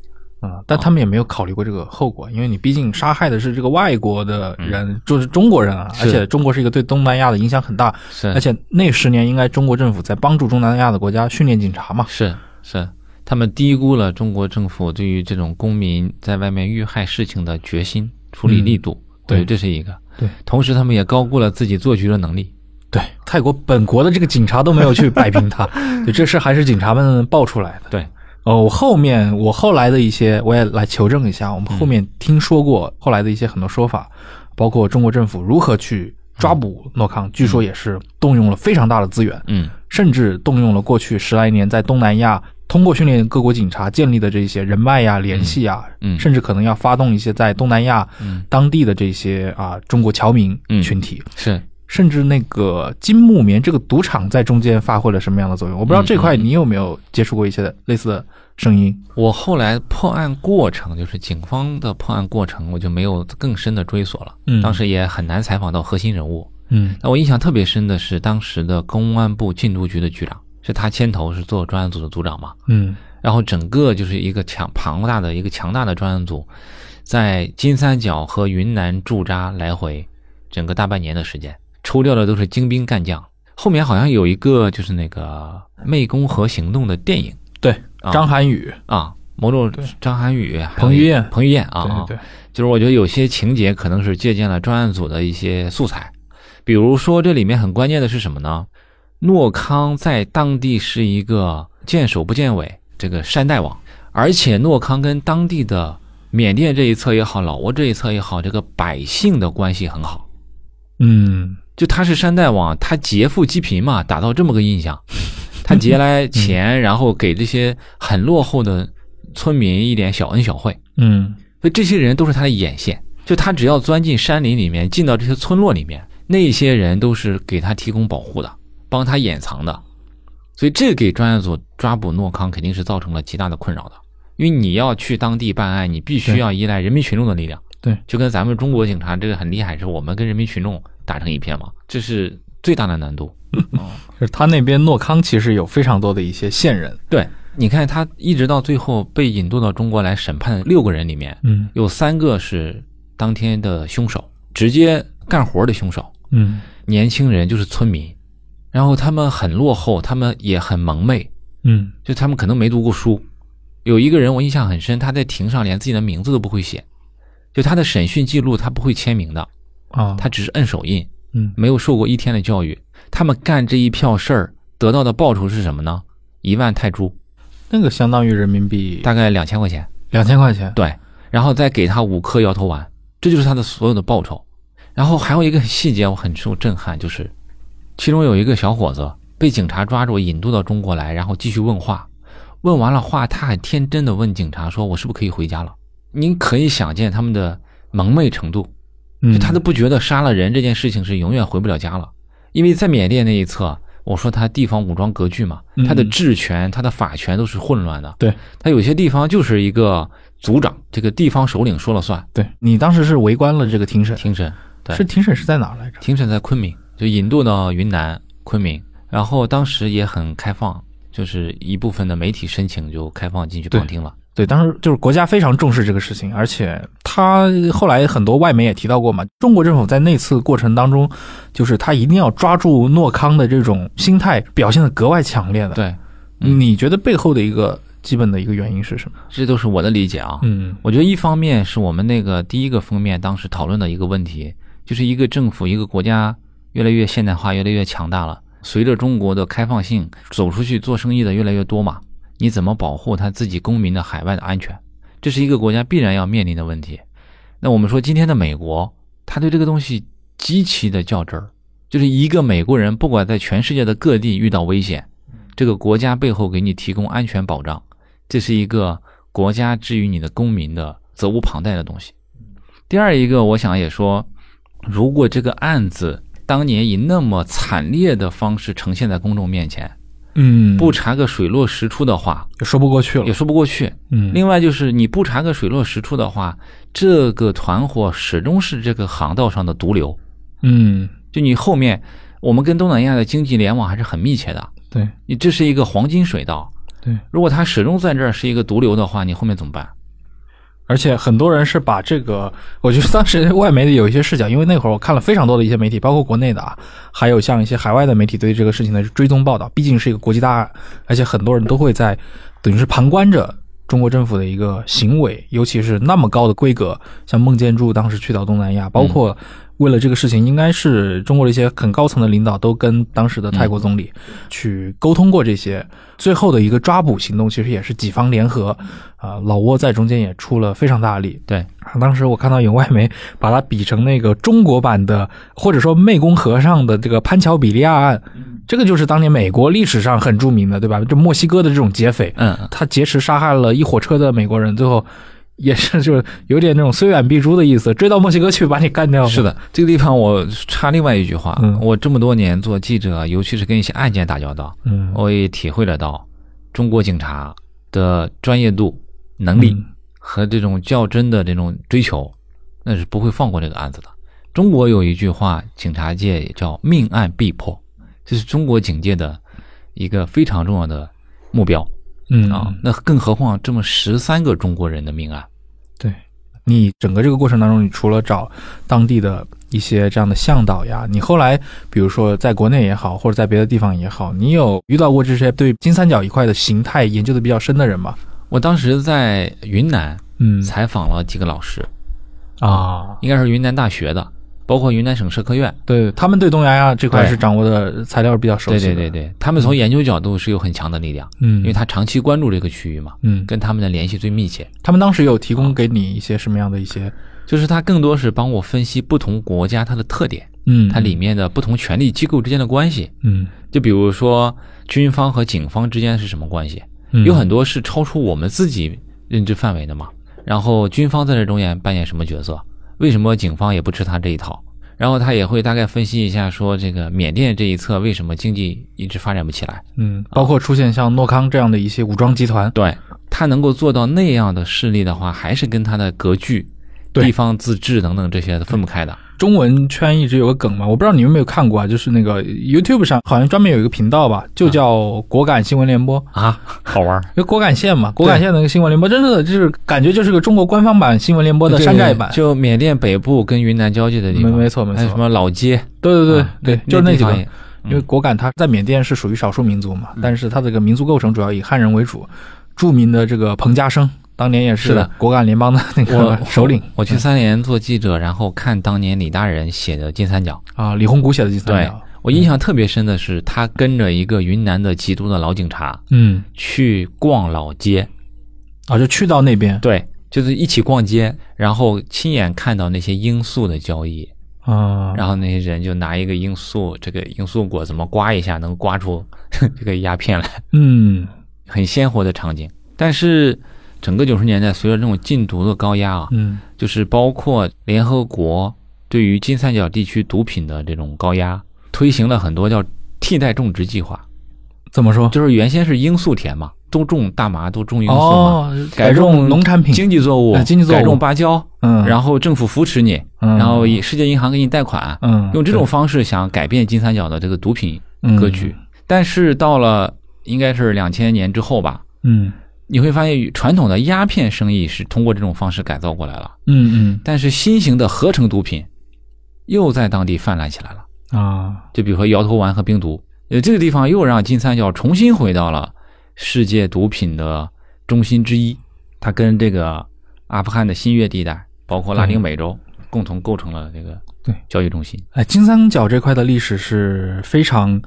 S2: 嗯，但他们也没有考虑过这个后果，因为你毕竟杀害的是这个外国的人，就是中国人啊，
S3: 嗯是嗯
S2: 而且中国是一个对东南亚的影响很大，
S3: 是，
S2: 而且那十年应该中国政府在帮助东南亚的国家训练警察嘛。
S3: 是是，他们低估了中国政府对于这种公民在外面遇害事情的决心、处理力度。
S2: 对
S3: 对，这是一个。
S2: 对，
S3: 同时他们也高估了自己做局的能力。
S2: 对，泰国本国的这个警察都没有去摆平 他，对，这事还是警察们爆出来的。
S3: 对，
S2: 哦，我后面我后来的一些我也来求证一下，我们后面听说过后来的一些很多说法，包括中国政府如何去抓捕诺康，据说也是动用了非常大的资源，
S3: 嗯
S2: 甚至动用了过去十来年在东南亚通过训练各国警察建立的这些人脉呀、啊联系呀，
S3: 嗯
S2: 甚至可能要发动一些在东南亚
S3: 嗯，
S2: 当地的这些啊中国侨民
S3: 嗯
S2: 群体，
S3: 是
S2: 甚至那个金木棉这个赌场在中间发挥了什么样的作用？我不知道这块你有没有接触过一些类似的声音？
S3: 我后来破案过程，就是警方的破案过程，我就没有更深的追索了。
S2: 嗯
S3: 当时也很难采访到核心人物。
S2: 嗯
S3: 但我印象特别深的是，当时的公安部禁毒局的局长，是他牵头是做专案组的组长嘛？
S2: 嗯
S3: 然后整个就是一个强庞大的一个强大的专案组，在金三角和云南驻扎来回，整个大半年的时间，抽调的都是精兵干将。后面好像有一个就是那个《湄公河行动》的电影，
S2: 对
S3: 啊
S2: 张涵予，
S3: 啊，某种
S2: 对
S3: 张涵予、
S2: 彭于晏
S3: 彭于晏啊，啊
S2: 对对对，
S3: 就是我觉得有些情节可能是借鉴了专案组的一些素材，比如说这里面很关键的是什么呢？诺康在当地是一个见首不见尾这个山大王，而且诺康跟当地的缅甸这一侧也好，老挝这一侧也好，这个百姓的关系很好。
S2: 嗯
S3: 就他是山大王，他劫富济贫嘛，打造这么个印象，他劫来钱，然后给这些很落后的村民一点小恩小惠。
S2: 嗯
S3: 所以这些人都是他的眼线。就他只要钻进山林里面，进到这些村落里面，那些人都是给他提供保护的，帮他掩藏的。所以这给专案组抓捕诺康肯定是造成了极大的困扰的，因为你要去当地办案，你必须
S2: 对
S3: 要依赖人民群众的力量。
S2: 对，
S3: 就跟咱们中国警察这个很厉害，是我们跟人民群众打成一片嘛，这是最大的难度。
S2: 就是他那边诺康其实有非常多的一些线人，
S3: 对，你看他一直到最后被引渡到中国来审判的六个人里面，
S2: 嗯
S3: 有三个是当天的凶手，直接干活的凶手，
S2: 嗯
S3: 年轻人就是村民，然后他们很落后，他们也很蒙昧，
S2: 嗯
S3: 就他们可能没读过书。有一个人我印象很深，他在庭上连自己的名字都不会写，就他的审讯记录他不会签名的，
S2: 啊，
S3: 他只是摁手印，
S2: 嗯
S3: 没有受过一天的教育。他们干这一票事儿得到的报酬是什么呢？一万泰铢，
S2: 那个相当于人民币
S3: 大概两千块钱。
S2: 两千块钱，
S3: 对，然后再给他五颗摇头丸，这就是他的所有的报酬。然后还有一个细节我很受震撼，就是其中有一个小伙子被警察抓住，引渡到中国来，然后继续问话，问完了话，他还天真的问警察说：“我是不是可以回家了？”您可以想见他们的蒙昧程度，
S2: 嗯
S3: 就他都不觉得杀了人这件事情是永远回不了家了，因为在缅甸那一侧，我说他地方武装割据嘛，他的
S2: 嗯
S3: 治权、他的法权都是混乱的，
S2: 对
S3: 他有些地方就是一个族长，这个地方首领说了算。
S2: 对你当时是围观了这个庭审，
S3: 庭审，对
S2: 是庭审是在哪儿来着？
S3: 庭审在昆明，就引渡到云南昆明，然后当时也很开放，就是一部分的媒体申请就开放进去旁听了。
S2: 对，当时就是国家非常重视这个事情，而且他后来很多外媒也提到过嘛，中国政府在那次过程当中，就是他一定要抓住诺康的这种心态，表现的格外强烈的。，
S3: 对，嗯
S2: 你觉得背后的一个基本的一个原因是什么？
S3: 这都是我的理解啊。
S2: 嗯
S3: 我觉得一方面是我们那个第一个封面当时讨论的一个问题，就是一个政府、一个国家越来越现代化、越来越强大了。随着中国的开放性，走出去做生意的越来越多嘛，你怎么保护他自己公民的海外的安全？这是一个国家必然要面临的问题。那我们说今天的美国，他对这个东西极其的较真儿，就是一个美国人不管在全世界的各地遇到危险，这个国家背后给你提供安全保障，这是一个国家之于你的公民的责无旁贷的东西。第二一个，我想也说，如果这个案子当年以那么惨烈的方式呈现在公众面前，
S2: 嗯，
S3: 不查个水落石出的话，
S2: 也说不过去了
S3: 也。说不过去。
S2: 嗯，
S3: 另外就是你不查个水落石出的话，这个团伙始终是这个航道上的毒瘤。
S2: 嗯，
S3: 就你后面，我们跟东南亚的经济联网还是很密切的，
S2: 对
S3: 你这是一个黄金水道。
S2: 对，
S3: 如果它始终在这儿是一个毒瘤的话，你后面怎么办？
S2: 而且很多人是把这个，我觉得当时外媒的有一些视角，因为那会儿我看了非常多的一些媒体，包括国内的啊，还有像一些海外的媒体对这个事情的追踪报道，毕竟是一个国际大案，而且很多人都会在等于是旁观着中国政府的一个行为，尤其是那么高的规格，像孟建柱当时去到东南亚，包括为了这个事情，应该是中国的一些很高层的领导都跟当时的泰国总理去沟通过这些，最后的一个抓捕行动其实也是几方联合。啊，老挝在中间也出了非常大的力。
S3: 对
S2: 啊，当时我看到有外媒把它比成那个中国版的，或者说湄公河上的这个潘乔比利亚案，这个就是当年美国历史上很著名的，对吧？就墨西哥的这种劫匪，
S3: 嗯，嗯
S2: 他劫持杀害了一火车的美国人，最后也是就是有点那种虽远必诛的意思，追到墨西哥去把你干掉。
S3: 是，的，这个地方我插另外一句话，
S2: 哦嗯
S3: 我这么多年做记者，尤其是跟一些案件打交道，
S2: 嗯，
S3: 我也体会得到中国警察的专业度、能力
S2: 嗯
S3: 和这种较真的这种追求，那是不会放过这个案子的。中国有一句话，警察界也叫“命案必破”，这是中国警界的一个非常重要的目标
S2: 嗯
S3: 啊。那更何况这么十三个中国人的命案，
S2: 对你整个这个过程当中，你除了找当地的一些这样的向导呀，你后来比如说在国内也好，或者在别的地方也好，你有遇到过这些对金三角一块的形态研究的比较深的人吗？
S3: 我当时在云南
S2: 嗯
S3: 采访了几个老师，
S2: 啊，
S3: 应该是云南大学的，包括云南省社科院。
S2: 对他们对东南亚这块
S3: 对
S2: 是掌握的材料比较熟
S3: 对
S2: 悉
S3: 对
S2: 的，
S3: 对
S2: 对，
S3: 对，他们从研究角度是有很强的力量，
S2: 嗯，
S3: 因为他长期关注这个区域嘛，
S2: 嗯，
S3: 跟他们的联系最密切。
S2: 他们当时有提供给你一些什么样的一些
S3: 就是他更多是帮我分析不同国家它的特点，
S2: 嗯，
S3: 它里面的不同权力机构之间的关系。
S2: 嗯
S3: 就比如说军方和警方之间是什么关系，
S2: 嗯
S3: 有很多是超出我们自己认知范围的嘛。然后军方在这中间扮演什么角色？为什么警方也不吃他这一套？然后他也会大概分析一下，说这个缅甸这一侧为什么经济一直发展不起来？
S2: 嗯，包括出现像诺康这样的一些武装集团，
S3: 对他能够做到那样的势力的话，还是跟他的格局、
S2: 对
S3: 地方自治等等这些分不开的。
S2: 中文圈一直有个梗嘛，我不知道你们有没有看过啊，就是那个 YouTube 上好像专门有一个频道吧，就叫“果敢新闻联播
S3: 啊，好 玩儿。”，
S2: 因为果敢县嘛，果敢县那个新闻联播，真的就是感觉就是个中国官方版新闻联播的
S3: 对
S2: 山寨版。嗯
S3: 就缅甸北部跟云南交界的地
S2: 没
S3: 方，
S2: 没错没
S3: 还有什
S2: 错，
S3: 么老街，
S2: 对对对、
S3: 啊
S2: 对，就是那
S3: 地
S2: 几
S3: 方
S2: 个
S3: 也。嗯
S2: 因为果敢它在缅甸是属于少数民族嘛，但是它这个民族构成主要以汉人为主，著名的这个彭家声当年也
S3: 是
S2: 是
S3: 的
S2: 果敢联邦的那个
S3: 我
S2: 首领
S3: 我去三联做记者，然后看当年李大人写的《金三角
S2: 啊，李洪谷写的金》三
S3: 对
S2: 角，
S3: 我印象特别深的是，他跟着一个云南的缉毒的老警察
S2: 嗯
S3: 去逛老街，
S2: 啊，就去到那边
S3: 对，就是一起逛街，然后亲眼看到那些罂粟的交易，
S2: 啊，
S3: 然后那些人就拿一个罂粟，这个罂粟果怎么刮一下能刮出 这个鸦片来，
S2: 嗯
S3: 很鲜活的场景。但是整个九十年代，随着这种禁毒的高压啊，
S2: 嗯
S3: 就是包括联合国对于金三角地区毒品的这种高压，推行了很多叫替代种植计划，
S2: 怎么说？
S3: 就是原先是罂粟田嘛，都种大麻，都种罂粟嘛，
S2: 哦，
S3: 改种
S2: 农产品，
S3: 经济作物，
S2: 哎经济作物
S3: 改种芭蕉，
S2: 嗯，
S3: 然后政府扶持你，
S2: 嗯
S3: 然后以世界银行给你贷款，
S2: 嗯，
S3: 用这种方式想改变金三角的这个毒品
S2: 对嗯
S3: 格局，。但是到了应该是两千年之后吧，
S2: 嗯
S3: 你会发现传统的鸦片生意是通过这种方式改造过来了。
S2: 嗯
S3: 但是新型的合成毒品又在当地泛滥起来了，
S2: 嗯啊，
S3: 就比如说摇头丸和冰毒，呃，这个地方又让金三角重新回到了世界毒品的中心之一，它跟这个阿富汗的新月地带，包括拉丁美洲，共同构成了这个
S2: 对
S3: 交易中心。
S2: 哎，金三角这块的历史是非常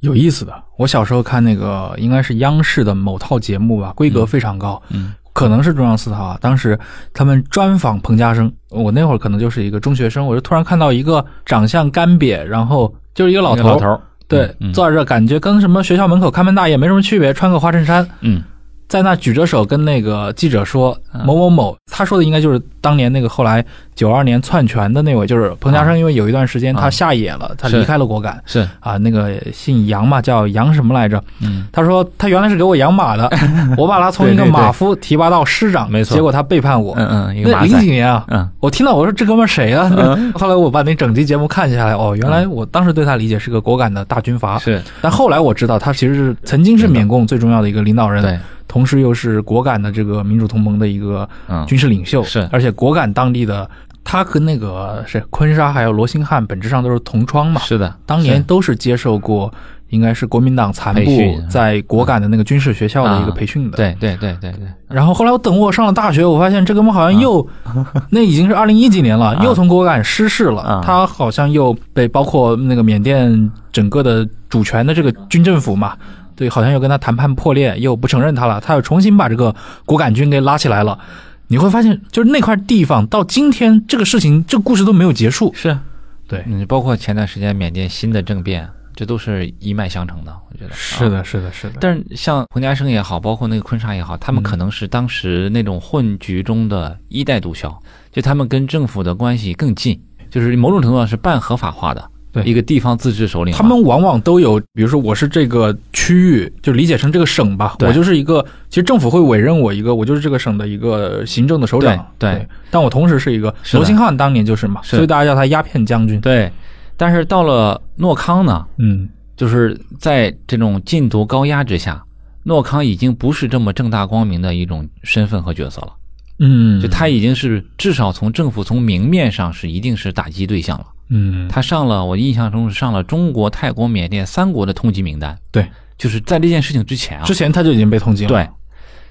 S2: 有意思的。我小时候看那个应该是央视的某套节目吧，规格非常高，
S3: 嗯，
S2: 可能是中央四套啊。当时他们专访彭家声，我那会儿可能就是一个中学生，我就突然看到一个长相干瘪，然后就是一个老头，
S3: 老头儿，
S2: 对，
S3: 嗯
S2: 坐在这儿感觉跟什么学校门口看门大爷没什么区别，穿个花衬衫，
S3: 嗯，
S2: 在那举着手跟那个记者说
S3: 嗯
S2: 某某某，他说的应该就是当年那个后来九二年篡权的那位，就是彭家声，因为有一段时间他
S3: 啊
S2: 下野了，他
S3: 是
S2: 离开了果敢
S3: 是，
S2: 啊，那个姓杨嘛，叫杨什么来着？
S3: 嗯，
S2: 他说他原来是给我养马 的，我把他从一个
S3: 对对对
S2: 马夫提拔到师长，
S3: 没错
S2: 结果他背叛我。
S3: 嗯嗯，一个
S2: 那
S3: 马
S2: 零
S3: 仔
S2: 几，年啊，
S3: 嗯
S2: 我听到我说这哥们儿谁 啊？后来我把那整集节目看下来，哦，原来我当时对他理解是个果敢的大军阀，
S3: 是，
S2: 但后来我知道他其实是曾经是缅共最重要的一个领导人，，
S3: 对，
S2: 同时又是果敢的这个民主同盟的一个
S3: 嗯，
S2: 军事领袖，
S3: 是
S2: 而且果敢当地的他跟那个是昆沙还有罗兴汉本质上都是同窗嘛，
S3: 是的，
S2: 当年都是接受过，应该是国民党残
S3: 培
S2: 部
S3: 训
S2: 在果敢的那个军事学校的一个
S3: 啊
S2: 培训
S3: 是
S2: 的。。
S3: 对对对对对，
S2: 然后后来我等我上了大学，我发现这哥们好像又， 那已经是二零一几年了，
S3: 啊
S2: 又从果敢失势了。
S3: 啊
S2: 他好像又被包括那个缅甸整个的主权的这个军政府嘛，对，好像又跟他谈判破裂，又不承认他了，他又重新把这个果敢军给拉起来了。你会发现，就是那块地方到今天这个事情，这个故事都没有结束。
S3: 是，
S2: 对
S3: 嗯，包括前段时间缅甸新的政变，这都是一脉相承的，我觉得
S2: 是
S3: 啊
S2: 的，是的，是的。
S3: 但是像彭家声也好，包括那个坤沙也好，他
S2: 嗯
S3: 们可能是当时那种混局中的一代毒枭，就他们跟政府的关系更近，就是某种程度上是半合法化的，
S2: 对
S3: 一个地方自治首领嘛。
S2: 他们往往都有，比如说我是这个区域，就理解成这个省吧，
S3: 对
S2: 我就是一个，其实政府会委任我一个，我就是这个省的一个行政的首长，
S3: 对对
S2: 但我同时是一个
S3: 是的
S2: 罗兴汉当年就是嘛，
S3: 是
S2: 所以大家叫他鸦片将军，
S3: 对，但是到了诺康呢，
S2: 嗯，
S3: 就是在这种禁毒高压之下，诺康已经不是这么正大光明的一种身份和角色了，
S2: 嗯，
S3: 就他已经是至少从政府从明面上是一定是打击对象了。
S2: 嗯，
S3: 他上了，我印象中是上了中国、泰国、缅甸三国的通缉名单。
S2: 对，
S3: 就是在这件事情之前啊，
S2: 之前他就已经被通缉了，
S3: 对，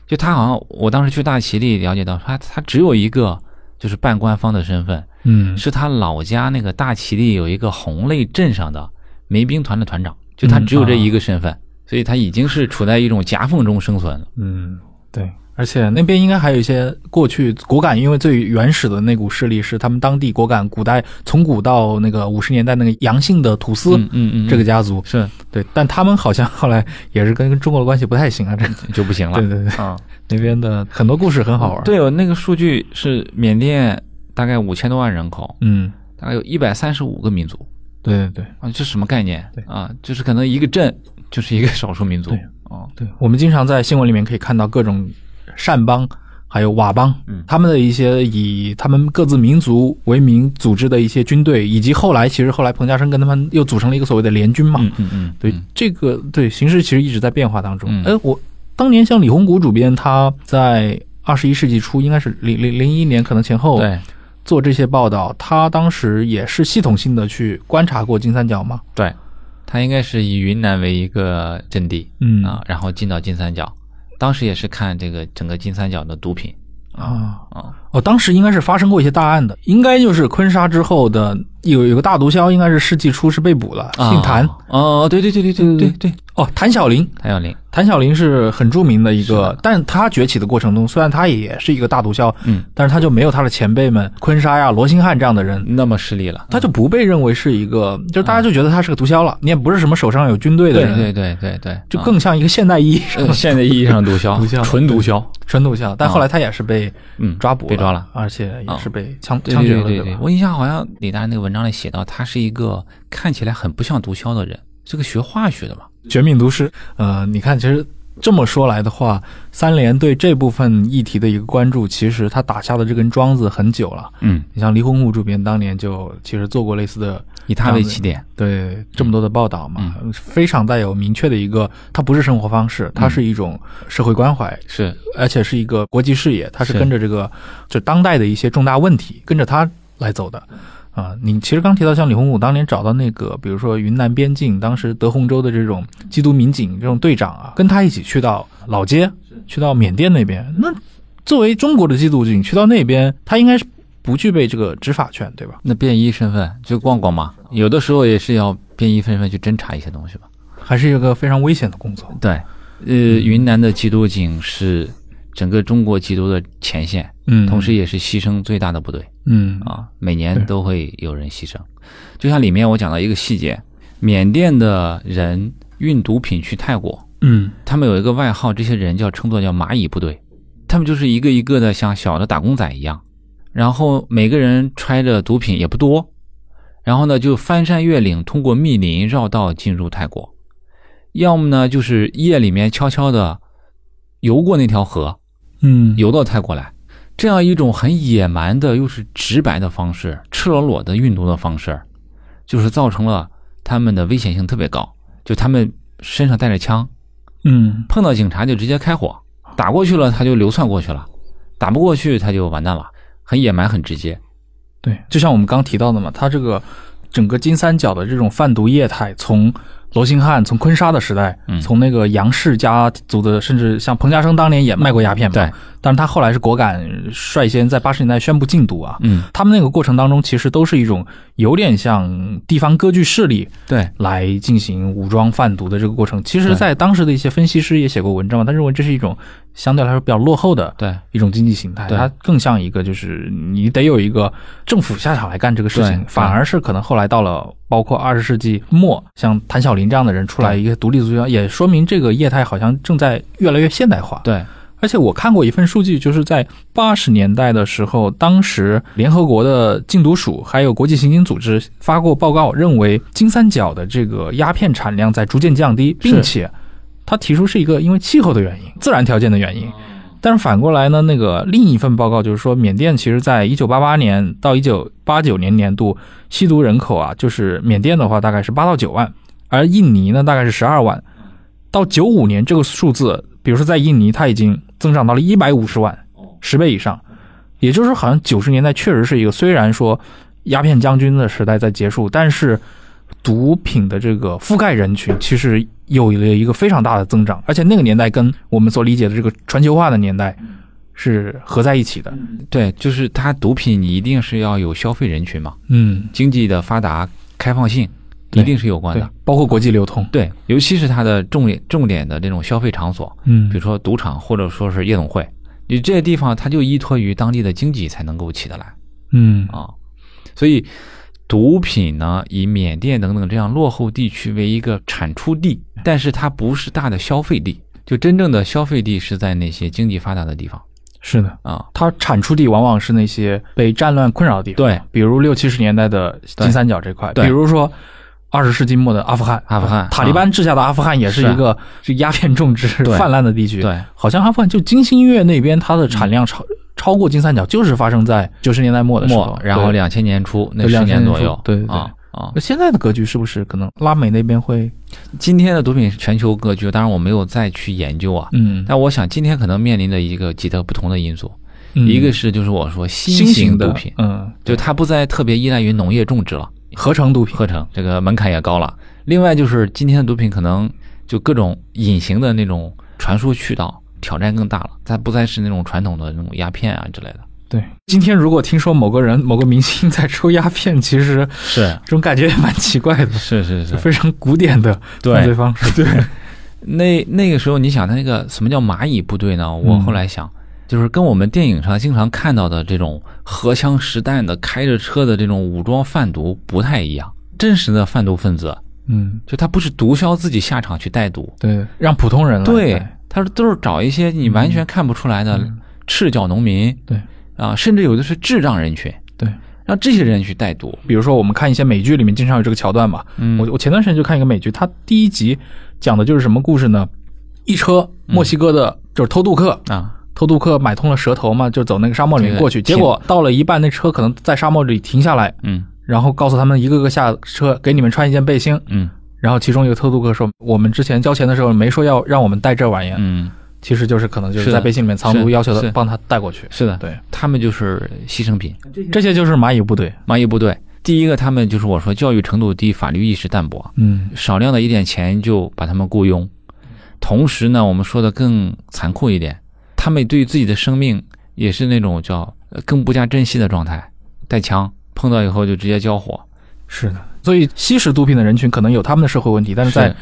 S3: 就他好像我当时去大其力了解到，他他只有一个就是半官方的身份，
S2: 嗯，
S3: 是他老家那个大其力有一个红类镇上的民兵团的团长，就
S2: 嗯
S3: 他只
S2: 啊
S3: 有这一个身份，所以他已经是处在一种夹缝中生存了。
S2: 嗯，对，而且那边应该还有一些过去果敢，因为最原始的那股势力是他们当地果敢古代从古到那个五十年代那个杨姓的土司。
S3: 嗯嗯嗯，
S2: 这个家族，
S3: 是
S2: 对，但他们好像后来也是跟中国的关系不太行啊，这
S3: 就不行了。
S2: 对对对，
S3: 啊，
S2: 那边的很多故事很好玩。，
S3: 对哦，那个数据是缅甸大概五千多万人口，
S2: 嗯，
S3: 大概有一百三十五个民族。
S2: 对对对
S3: 啊，这什么概念？
S2: 对
S3: 啊，就是可能一个镇就是一个少数民族
S2: 对。
S3: 哦，
S2: 对，我们经常在新闻里面可以看到各种善帮。还有佤邦，
S3: 嗯
S2: 他们的一些以他们各自民族为名组织的一些军队，以及后来其实后来彭家声跟他们又组成了一个所谓的联军嘛，
S3: 嗯嗯嗯，
S2: 对，
S3: 嗯
S2: 这个对形势其实一直在变化当中。
S3: 嗯
S2: 哎、我当年像李洪谷主编，他在二十一世纪初，应该是零零零一年可能前后，
S3: 对
S2: 做这些报道，他当时也是系统性的去观察过金三角嘛。
S3: 对，它应该是以云南为一个阵地
S2: 嗯
S3: 啊，然后进到金三角，当时也是看这个整个金三角的毒品
S2: 啊，
S3: 啊，
S2: 哦，当时应该是发生过一些大案的，应该就是昆沙之后的有有个大毒枭，应该是世纪初是被捕了，姓谭
S3: 啊哦，对对对对对对对，
S2: 哦，谭小林。
S3: 谭耀林，
S2: 谭小林是很著名的一
S3: 是
S2: 个
S3: 的，
S2: 但是他崛起的过程中，虽然他也是一个大毒枭，
S3: 嗯，
S2: 但是他就没有他的前辈们昆沙呀、罗兴汉这样的人，
S3: 那么势力了，
S2: 他就不被认为是一个，就是大家就觉得他是个毒枭了，你也不是什么手上有军队的人，
S3: 嗯对对对对，
S2: 就
S3: 啊
S2: 更像一个现代意义上
S3: 呃现在意义上毒枭，
S2: 毒枭
S3: 纯毒枭，
S2: 纯毒枭，但后来他也是被
S3: 嗯，
S2: 抓捕了，
S3: 被抓了。啊
S2: 而且也是被枪
S3: 对
S2: 枪
S3: 对
S2: 决
S3: 对
S2: 了，
S3: 对
S2: 吧？
S3: 我印象好像李大那个文章里写到，他是一个看起来很不像毒枭的人，是个学化学的嘛，
S2: 绝命毒师，呃，你看，其实这么说来的话，三联对这部分议题的一个关注，其实他打下的这根桩子很久了。
S3: 嗯，
S2: 你像黎洪武主编当年就其实做过类似的，
S3: 以他为起点，
S2: 对这么多的报道嘛，
S3: 嗯
S2: 非常带有明确的一个，它不是生活方式，它是一种社会关怀，
S3: 是
S2: 而且是一个国际视野，它是
S3: 是
S2: 跟着这个就当代的一些重大问题跟着它来走的。啊，你其实刚提到像李洪武当年找到那个，比如说云南边境当时德宏州的这种缉毒民警这种队长啊，跟他一起去到老街，去到缅甸那边。那作为中国的缉毒警去到那边，他应该是不具备这个执法权，对吧？
S3: 那便衣身份就逛逛嘛，有的时候也是要便衣身份去侦查一些东西吧。
S2: 还是一个非常危险的工作。
S3: 对，呃，云南的缉毒警是整个中国缉毒的前线，
S2: 嗯，
S3: 同时也是牺牲最大的部队
S2: 嗯
S3: 啊，每年
S2: 对
S3: 都会有人牺牲。就像里面我讲到一个细节，缅甸的人运毒品去泰国，
S2: 嗯
S3: 他们有一个外号，这些人叫称作叫蚂蚁部队，他们就是一个一个的像小的打工仔一样，然后每个人揣着毒品也不多，然后呢就翻山越岭，通过密林绕道进入泰国，要么呢就是夜里面悄悄的游过那条河，
S2: 嗯
S3: 游到泰国来，这样一种很野蛮的又是直白的方式，赤裸裸的运毒的方式，就是造成了他们的危险性特别高，就他们身上带着枪。
S2: 嗯
S3: 碰到警察就直接开火，打过去了他就流窜过去了，打不过去他就完蛋了，很野蛮，很直接。
S2: 对，就像我们刚提到的嘛，它这个整个金三角的这种贩毒业态，从罗兴汉、从坤沙的时代，
S3: 嗯
S2: 从那个杨氏家族的，甚至像彭家声当年也卖过鸦片嘛，
S3: 对，
S2: 但是他后来是果敢率先在八十年代宣布禁毒啊。
S3: 嗯，
S2: 他们那个过程当中，其实都是一种有点像地方割据势力
S3: 对，
S2: 来进行武装贩毒的这个过程。其实，
S3: 对
S2: 在当时的一些分析师也写过文章嘛，他认为这是一种相对来说比较落后的
S3: 对，
S2: 一种经济形态，
S3: 对
S2: 它更像一个就是你得有一个政府下场来干这个事情
S3: 对，
S2: 反而是可能后来到了包括二十世纪末，像谭晓林这样的人出来
S3: 对
S2: 一个独立足球家，也说明这个业态好像正在越来越现代化。
S3: 对，
S2: 而且我看过一份数据，就是在八十年代的时候，当时联合国的禁毒署还有国际刑警组织发过报告，认为金三角的这个鸦片产量在逐渐降低，并且他提出是一个因为气候的原因、自然条件的原因。但是反过来呢，那个另一份报告就是说，缅甸其实在一九八八年到一九八九年年度吸毒人口啊，就是缅甸的话大概是八到九万，而印尼呢大概是十二万。到九五年这个数字，比如说在印尼，它已经增长到了一百五十万，十倍以上。也就是说，好像九十年代确实是一个，虽然说鸦片将军的时代在结束，但是毒品的这个覆盖人群其实有了一个非常大的增长，而且那个年代跟我们所理解的这个全球化的年代是合在一起的。
S3: 对，就是它毒品，你一定是要有消费人群嘛，
S2: 嗯，
S3: 经济的发达、开放性
S2: 对
S3: 一定是有关
S2: 对
S3: 的。，
S2: 啊包括国际流通。
S3: 对，尤其是它的重点重点的这种消费场所，
S2: 嗯
S3: 比如说赌场或者说是夜总会，你这些地方它就依托于当地的经济才能够起得来。
S2: 嗯
S3: 啊，所以毒品呢，以缅甸等等这样落后地区为一个产出地，
S2: 嗯
S3: 但是它不是大的消费地，就真正的消费地是在那些经济发达的地方
S2: 是的，
S3: 啊。
S2: 它产出地往往是那些被战乱困扰的地方。
S3: 对，
S2: 比如六七十年代的金三角这块，
S3: 对
S2: 比如说二十世纪末的阿富汗，
S3: 阿富汗
S2: 塔利班治下的阿富汗也是
S3: 是啊
S2: 一个是鸦片种植
S3: 对
S2: 泛滥的地区。
S3: 对，
S2: 好像阿富汗就金星月那边它的产量超超过金三角，就是发生在九十年代末的时候
S3: 末，，然后
S2: 对。
S3: 两千年初那
S2: 对
S3: 十
S2: 2000
S3: 年
S2: 年
S3: 左
S2: 初
S3: 右，
S2: 对对对
S3: 啊啊
S2: 那。现在的格局是不是可能拉美那边会
S3: 今天的毒品是全球格局，当然我没有再去研究啊。
S2: 嗯，
S3: 但我想今天可能面临的一个几个不同的因素，
S2: 嗯
S3: 一个是就是我说新
S2: 新
S3: 型
S2: 型的
S3: 毒品，
S2: 嗯，
S3: 就它不再特别依赖于农业种植了。
S2: 合成毒品，
S3: 课程，这个门槛也高了。另外就是今天的毒品可能就各种隐形的那种传输渠道挑战更大了，它不再是那种传统的那种鸦片啊之类的。
S2: 对，今天如果听说某个人、某个明星在抽鸦片，其实
S3: 是
S2: 这种感觉也蛮奇怪的，
S3: 是是
S2: 就，非常古典的
S3: 对
S2: 犯罪方式。对，
S3: 那那个时候你想，他那个什么叫蚂蚁部队呢？我
S2: 嗯
S3: 后来想。就是跟我们电影上经常看到的这种荷枪实弹的开着车的这种武装贩毒不太一样，真实的贩毒分子
S2: 嗯，
S3: 就他不是毒枭自己下场去带毒，
S2: 对，让普通人来
S3: 对，他说都是找一些你完全看不出来的赤脚农民，
S2: 嗯对
S3: 啊，甚至有的是智障人群，
S2: 对，
S3: 让这些人去带毒。
S2: 比如说我们看一些美剧里面经常有这个桥段嘛。
S3: 嗯
S2: 我我前段时间就看一个美剧，它第一集讲的就是什么故事呢？一车
S3: 嗯
S2: 墨西哥的，就是偷渡客，
S3: 啊，
S2: 偷渡客买通了蛇头嘛，就走那个沙漠里面过去，
S3: 对对
S2: 结果到了一半，那车可能在沙漠里停下来，
S3: 嗯
S2: 然后告诉他们一个个下车，给你们穿一件背心。
S3: 嗯
S2: 然后其中一个偷渡客说：“我们之前交钱的时候没说要让我们带这玩意儿，
S3: 嗯，
S2: 其实就是可能就是是
S3: 的
S2: 在背心里面藏毒，
S3: 是
S2: 要求
S3: 是
S2: 他帮他带过去。
S3: 是的，
S2: 对，
S3: 他们就是牺牲品，
S2: 这些就是蚂蚁部队。
S3: 蚂蚁部队。第一个，他们就是我说教育程度低，法律意识淡薄，
S2: 嗯
S3: 少量的一点钱就把他们雇佣。同时呢，我们说的更残酷一点，他们对自己的生命也是那种叫呃更不加珍惜的状态，带枪碰到以后就直接交火。，
S2: 是的。所以吸食毒品的人群可能有他们的社会问题，但是在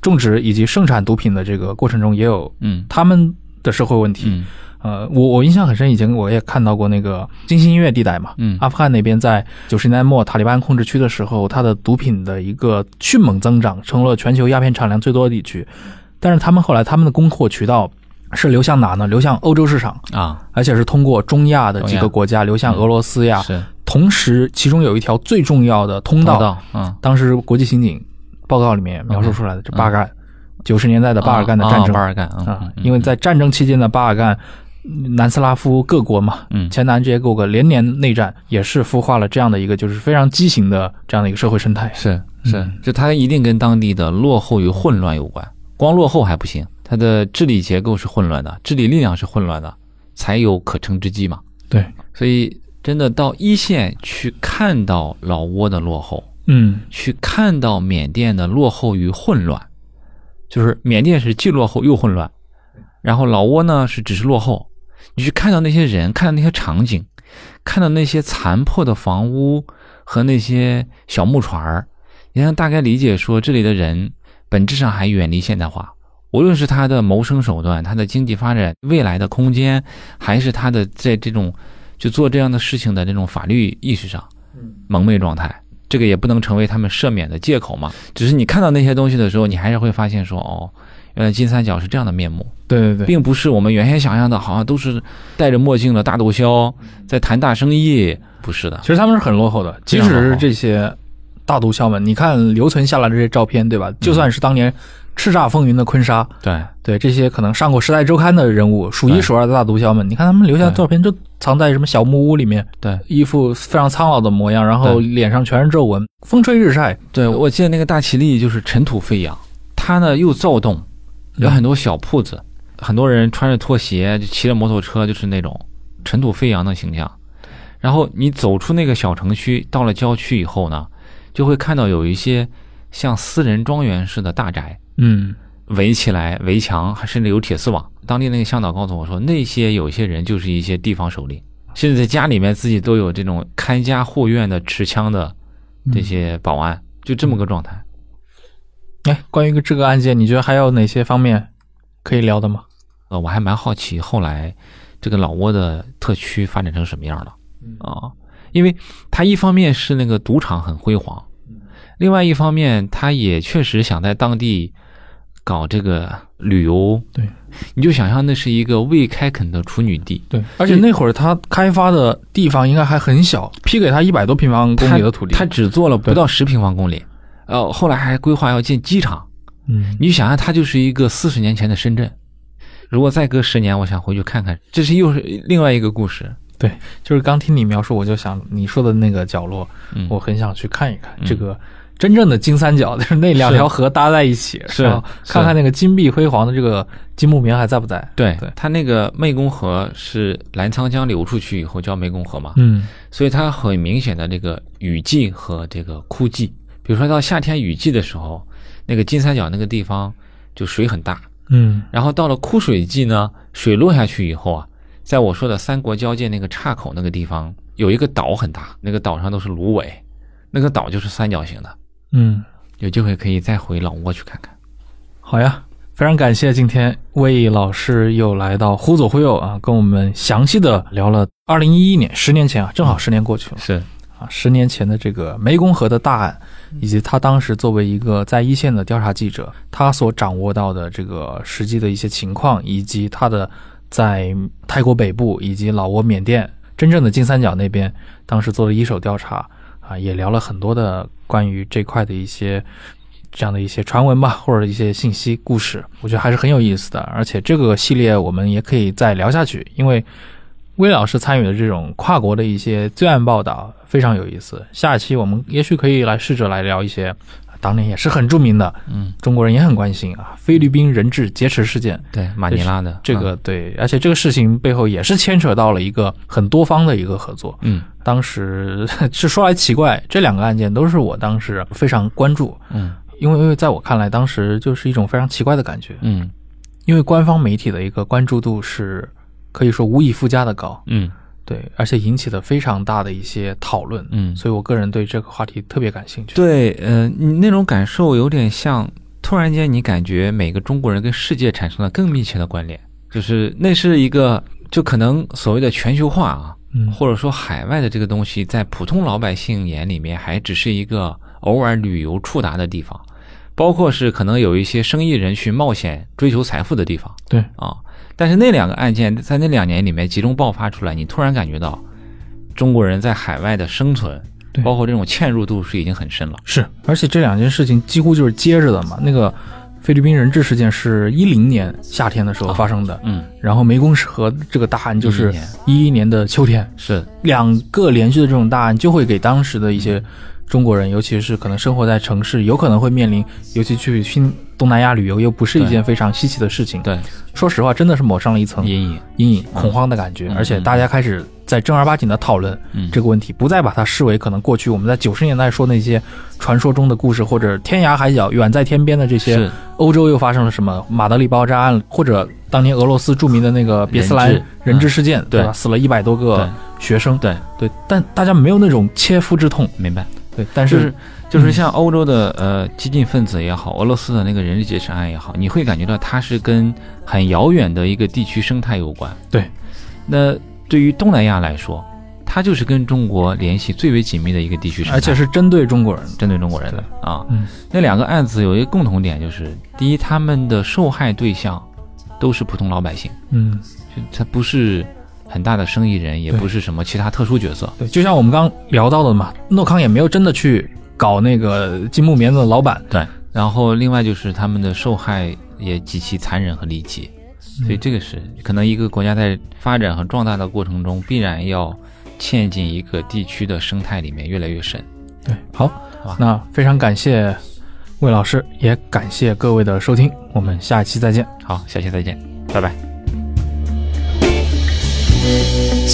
S2: 种植以及生产毒品的这个过程中，也有
S3: 嗯
S2: 他们的社会问题。
S3: 嗯
S2: 呃，我我印象很深，以前我也看到过那个新兴音乐地带嘛，
S3: 嗯
S2: 阿富汗那边在九十年代末塔利班控制区的时候，它的毒品的一个迅猛增长，成了全球鸦片产量最多的地区。但是他们后来他们的供货渠道是流向哪呢？流向欧洲市场，
S3: 啊，
S2: 而且是通过中亚的几
S3: 中亚
S2: 个国家流向俄罗斯呀。
S3: 是
S2: 同时，其中有一条最重要的啊通道，
S3: 道，嗯，
S2: 当时国际刑警报告里面描述出来的，就巴尔干九十年代的巴尔干的战
S3: 啊
S2: 争
S3: 巴尔干
S2: 嗯啊
S3: 啊，，
S2: 因为在战争期间的巴尔干、嗯南斯拉夫各国嘛，
S3: 嗯
S2: 前南这些各国连年内战，也是孵化了这样的一个就是非常畸形的这样的一个社会生态。
S3: 是是，
S2: 嗯
S3: 就它一定跟当地的落后与混乱有关。光落后还不行，它的治理结构是混乱的，治理力量是混乱的，才有可乘之机嘛。
S2: 对，
S3: 所以，真的到一线去看到老挝的落后，
S2: 嗯，
S3: 去看到缅甸的落后与混乱，就是缅甸是既落后又混乱，然后老挝呢是只是落后。你去看到那些人，看到那些场景，看到那些残破的房屋和那些小木船儿，你能大概理解说这里的人本质上还远离现代化。无论是他的谋生手段、他的经济发展未来的空间，还是他的在这种就做这样的事情的这种法律意识上，蒙昧状态，这个也不能成为他们赦免的借口嘛。只是你看到那些东西的时候，你还是会发现说，哦，原来金三角是这样的面目，
S2: 对对对，
S3: 并不是我们原先想象的，好像都是戴着墨镜的大毒枭在谈大生意，不是的
S2: 其。实他们是很落后的，即使是这些大毒枭们，你看留存下来的这些照片，对吧？就算是当年叱咤风云的坤沙，
S3: 对，
S2: 对这些可能上过《时代周刊》的人物，数一数二的大毒枭们，你看他们留下的照片，就藏在什么小木屋里面，
S3: 对，
S2: 一副非常苍老的模样，然后
S3: 对
S2: 脸上全是皱纹，风吹日晒，
S3: 对，我记得那个大齐力就是尘土飞扬，它呢又躁动，有
S2: 嗯
S3: 很多小铺子，很多人穿着拖鞋就骑着摩托车，就是那种尘土飞扬的形象。然后你走出那个小城区，到了郊区以后呢，就会看到有一些像私人庄园似的大宅，
S2: 嗯，
S3: 围起来、围墙，还甚至有铁丝网。当地那个向导告诉我说，那些有些人就是一些地方首领，甚至在家里面自己都有这种看家护院的持枪的这些保安，就这么个状态。
S2: 哎，关于这个案件，你觉得还有哪些方面可以聊的吗？
S3: 呃，我还蛮好奇后来这个老挝的特区发展成什么样了啊？因为它一方面是那个赌场很辉煌，另外一方面它也确实想在当地搞这个旅游。
S2: 对，
S3: 你就想象那是一个未开垦的处女地，
S2: 对，而且那会儿他开发的地方应该还很小，批给他一百多平方公里的土地，
S3: 它只做了不
S2: 对
S3: 到十平方公里，呃，后来还规划要建机场。
S2: 嗯，
S3: 你想象它就是一个四十年前的深圳，如果再隔十年，我想回去看看，这是又是另外一个故事。
S2: 对，就是刚听你描述，我就想你说的那个角落，
S3: 嗯，
S2: 我很想去看一看
S3: 嗯
S2: 这个。真正的金三角 就是那两条河搭在一起，
S3: 是
S2: 然后
S3: 是
S2: 看看那个金碧辉煌的这个金木棉还在不在？
S3: 对
S2: 对，
S3: 它那个湄公河是澜沧江流出去以后叫湄公河嘛，
S2: 嗯
S3: 所以它很明显的这个雨季和这个枯季，比如说到夏天雨季的时候，那个金三角那个地方就水很大，
S2: 嗯
S3: 然后到了枯水季呢，水落下去以后啊，在我说的三国交界那个岔口那个地方有一个岛很大，那个岛上都是芦苇，那个岛就是三角形的，
S2: 嗯，
S3: 有机会可以再回老挝去看看。
S2: 好呀，非常感谢今天魏毅老师又来到《忽左忽右》啊，跟我们详细的聊了二零一一年，十年前啊，正好十年过去了
S3: 是，
S2: 啊，十年前的这个湄公河的大案，以及他当时作为一个在一线的调查记者，他所掌握到的这个实际的一些情况，以及他的在泰国北部以及老挝、缅甸真正的金三角那边，当时做了一手调查啊，也聊了很多的关于这块的一些这样的一些传闻吧，或者一些信息故事，我觉得还是很有意思的。而且这个系列我们也可以再聊下去，因为魏老师参与的这种跨国的一些罪案报道非常有意思。下一期我们也许可以来试着来聊一些当年也是很著名的，
S3: 嗯，
S2: 中国人也很关心啊，菲律宾人质劫持事件。
S3: 对，马尼拉的
S2: 这，个对，而且这个事情背后也是牵扯到了一个很多方的一个合作。
S3: 嗯
S2: 当时 是说来奇怪，这两个案件都是我当时非常关注，
S3: 嗯
S2: 因为因为在我看来，当时就是一种非常奇怪的感觉，
S3: 嗯
S2: 因为官方媒体的一个关注度是可以说无以复加的高，
S3: 嗯
S2: 对，而且引起了非常大的一些讨论，
S3: 嗯，
S2: 所以我个人对这个话题特别感兴趣。
S3: 对，呃，你那种感受有点像，突然间你感觉每个中国人跟世界产生了更密切的关联，就是那是一个就可能所谓的全球化啊，
S2: 嗯，
S3: 或者说海外的这个东西，在普通老百姓眼里面还只是一个偶尔旅游触达的地方，包括是可能有一些生意人去冒险追求财富的地方
S2: 对，
S3: 啊。但是那两个案件在那两年里面集中爆发出来，你突然感觉到中国人在海外的生存
S2: 对，
S3: 包括这种嵌入度是已经很深了。
S2: 是，而且这两件事情几乎就是接着的嘛。那个菲律宾人质事件是一零年夏天的时候发生的，
S3: 嗯，
S2: 然后湄公河这个大案就是
S3: 11年
S2: 一一年的秋天，
S3: 是
S2: 两个连续的这种大案就会给当时的一些中国人，尤其是可能生活在城市，有可能会面临，尤其去新东南亚旅游又不是一件非常稀奇的事情。
S3: 对
S2: 说实话，真的是抹上了一层
S3: 阴影。
S2: 阴影、恐慌的感觉，
S3: 嗯
S2: 而且大家开始在正儿八经的讨论
S3: 嗯
S2: 这个问题，不再把它视为可能过去我们在九十年代说那些传说中的故事，或者天涯海角、远在天边的这些
S3: 是
S2: 欧洲又发生了什么马德里爆炸案，或者当年俄罗斯著名的那个别斯兰
S3: 人质
S2: 人质事件，
S3: 对
S2: 吧？死了一百多
S3: 对
S2: 个学生，
S3: 对
S2: 对，但大家没有那种切肤之痛，
S3: 明白。
S2: 对，但
S3: 就是是就是像欧洲的呃激进分子也好，俄罗斯的那个人质劫持案也好，你会感觉到它是跟很遥远的一个地区生态有关。
S2: 对，
S3: 那对于东南亚来说，它就是跟中国联系最为紧密的一个地区生态，
S2: 而且是针对中国人，
S3: 针对中国人的啊。
S2: 嗯
S3: 那两个案子有一个共同点，就是第一，他们的受害对象都是普通老百姓，
S2: 嗯，
S3: 就他不是很大的生意人，也
S2: 对
S3: 不是什么其他特殊角色。
S2: 对，就像我们刚刚聊到的嘛，诺康也没有真的去搞那个金木棉的老板，
S3: 然后另外就是他们的受害也极其残忍和离奇，所以这个是可能一个国家在发展和壮大的过程中，必然要嵌进一个地区的生态里面越来越深。
S2: 对，好
S3: 吧，
S2: 那非常感谢魏老师，也感谢各位的收听，我们下期再见。
S3: 好，下期再见，拜拜。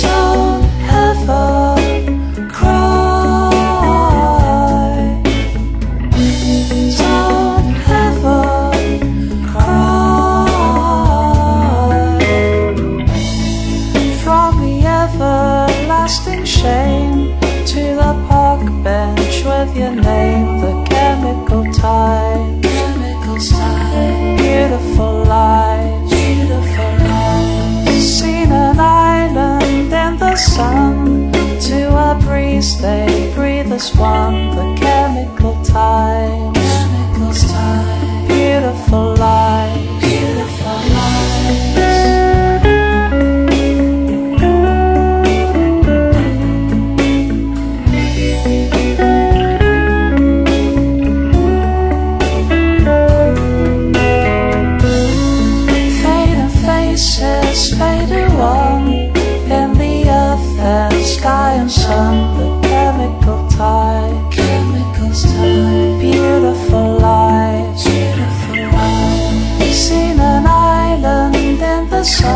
S4: Don't ever cry. Don't ever cry. From the everlasting shame to the park bench with your name, the chemical tide. Beautiful life, beautiful life. Seen an island in the sun. To a breeze, they breathe as one. The chemical tide, Beautiful life, beautiful life. Fading faces faded one in the earth and sky and sun. The chemical tide, chemicals tide. Beautiful light, beautiful light. Seen an island in the sun.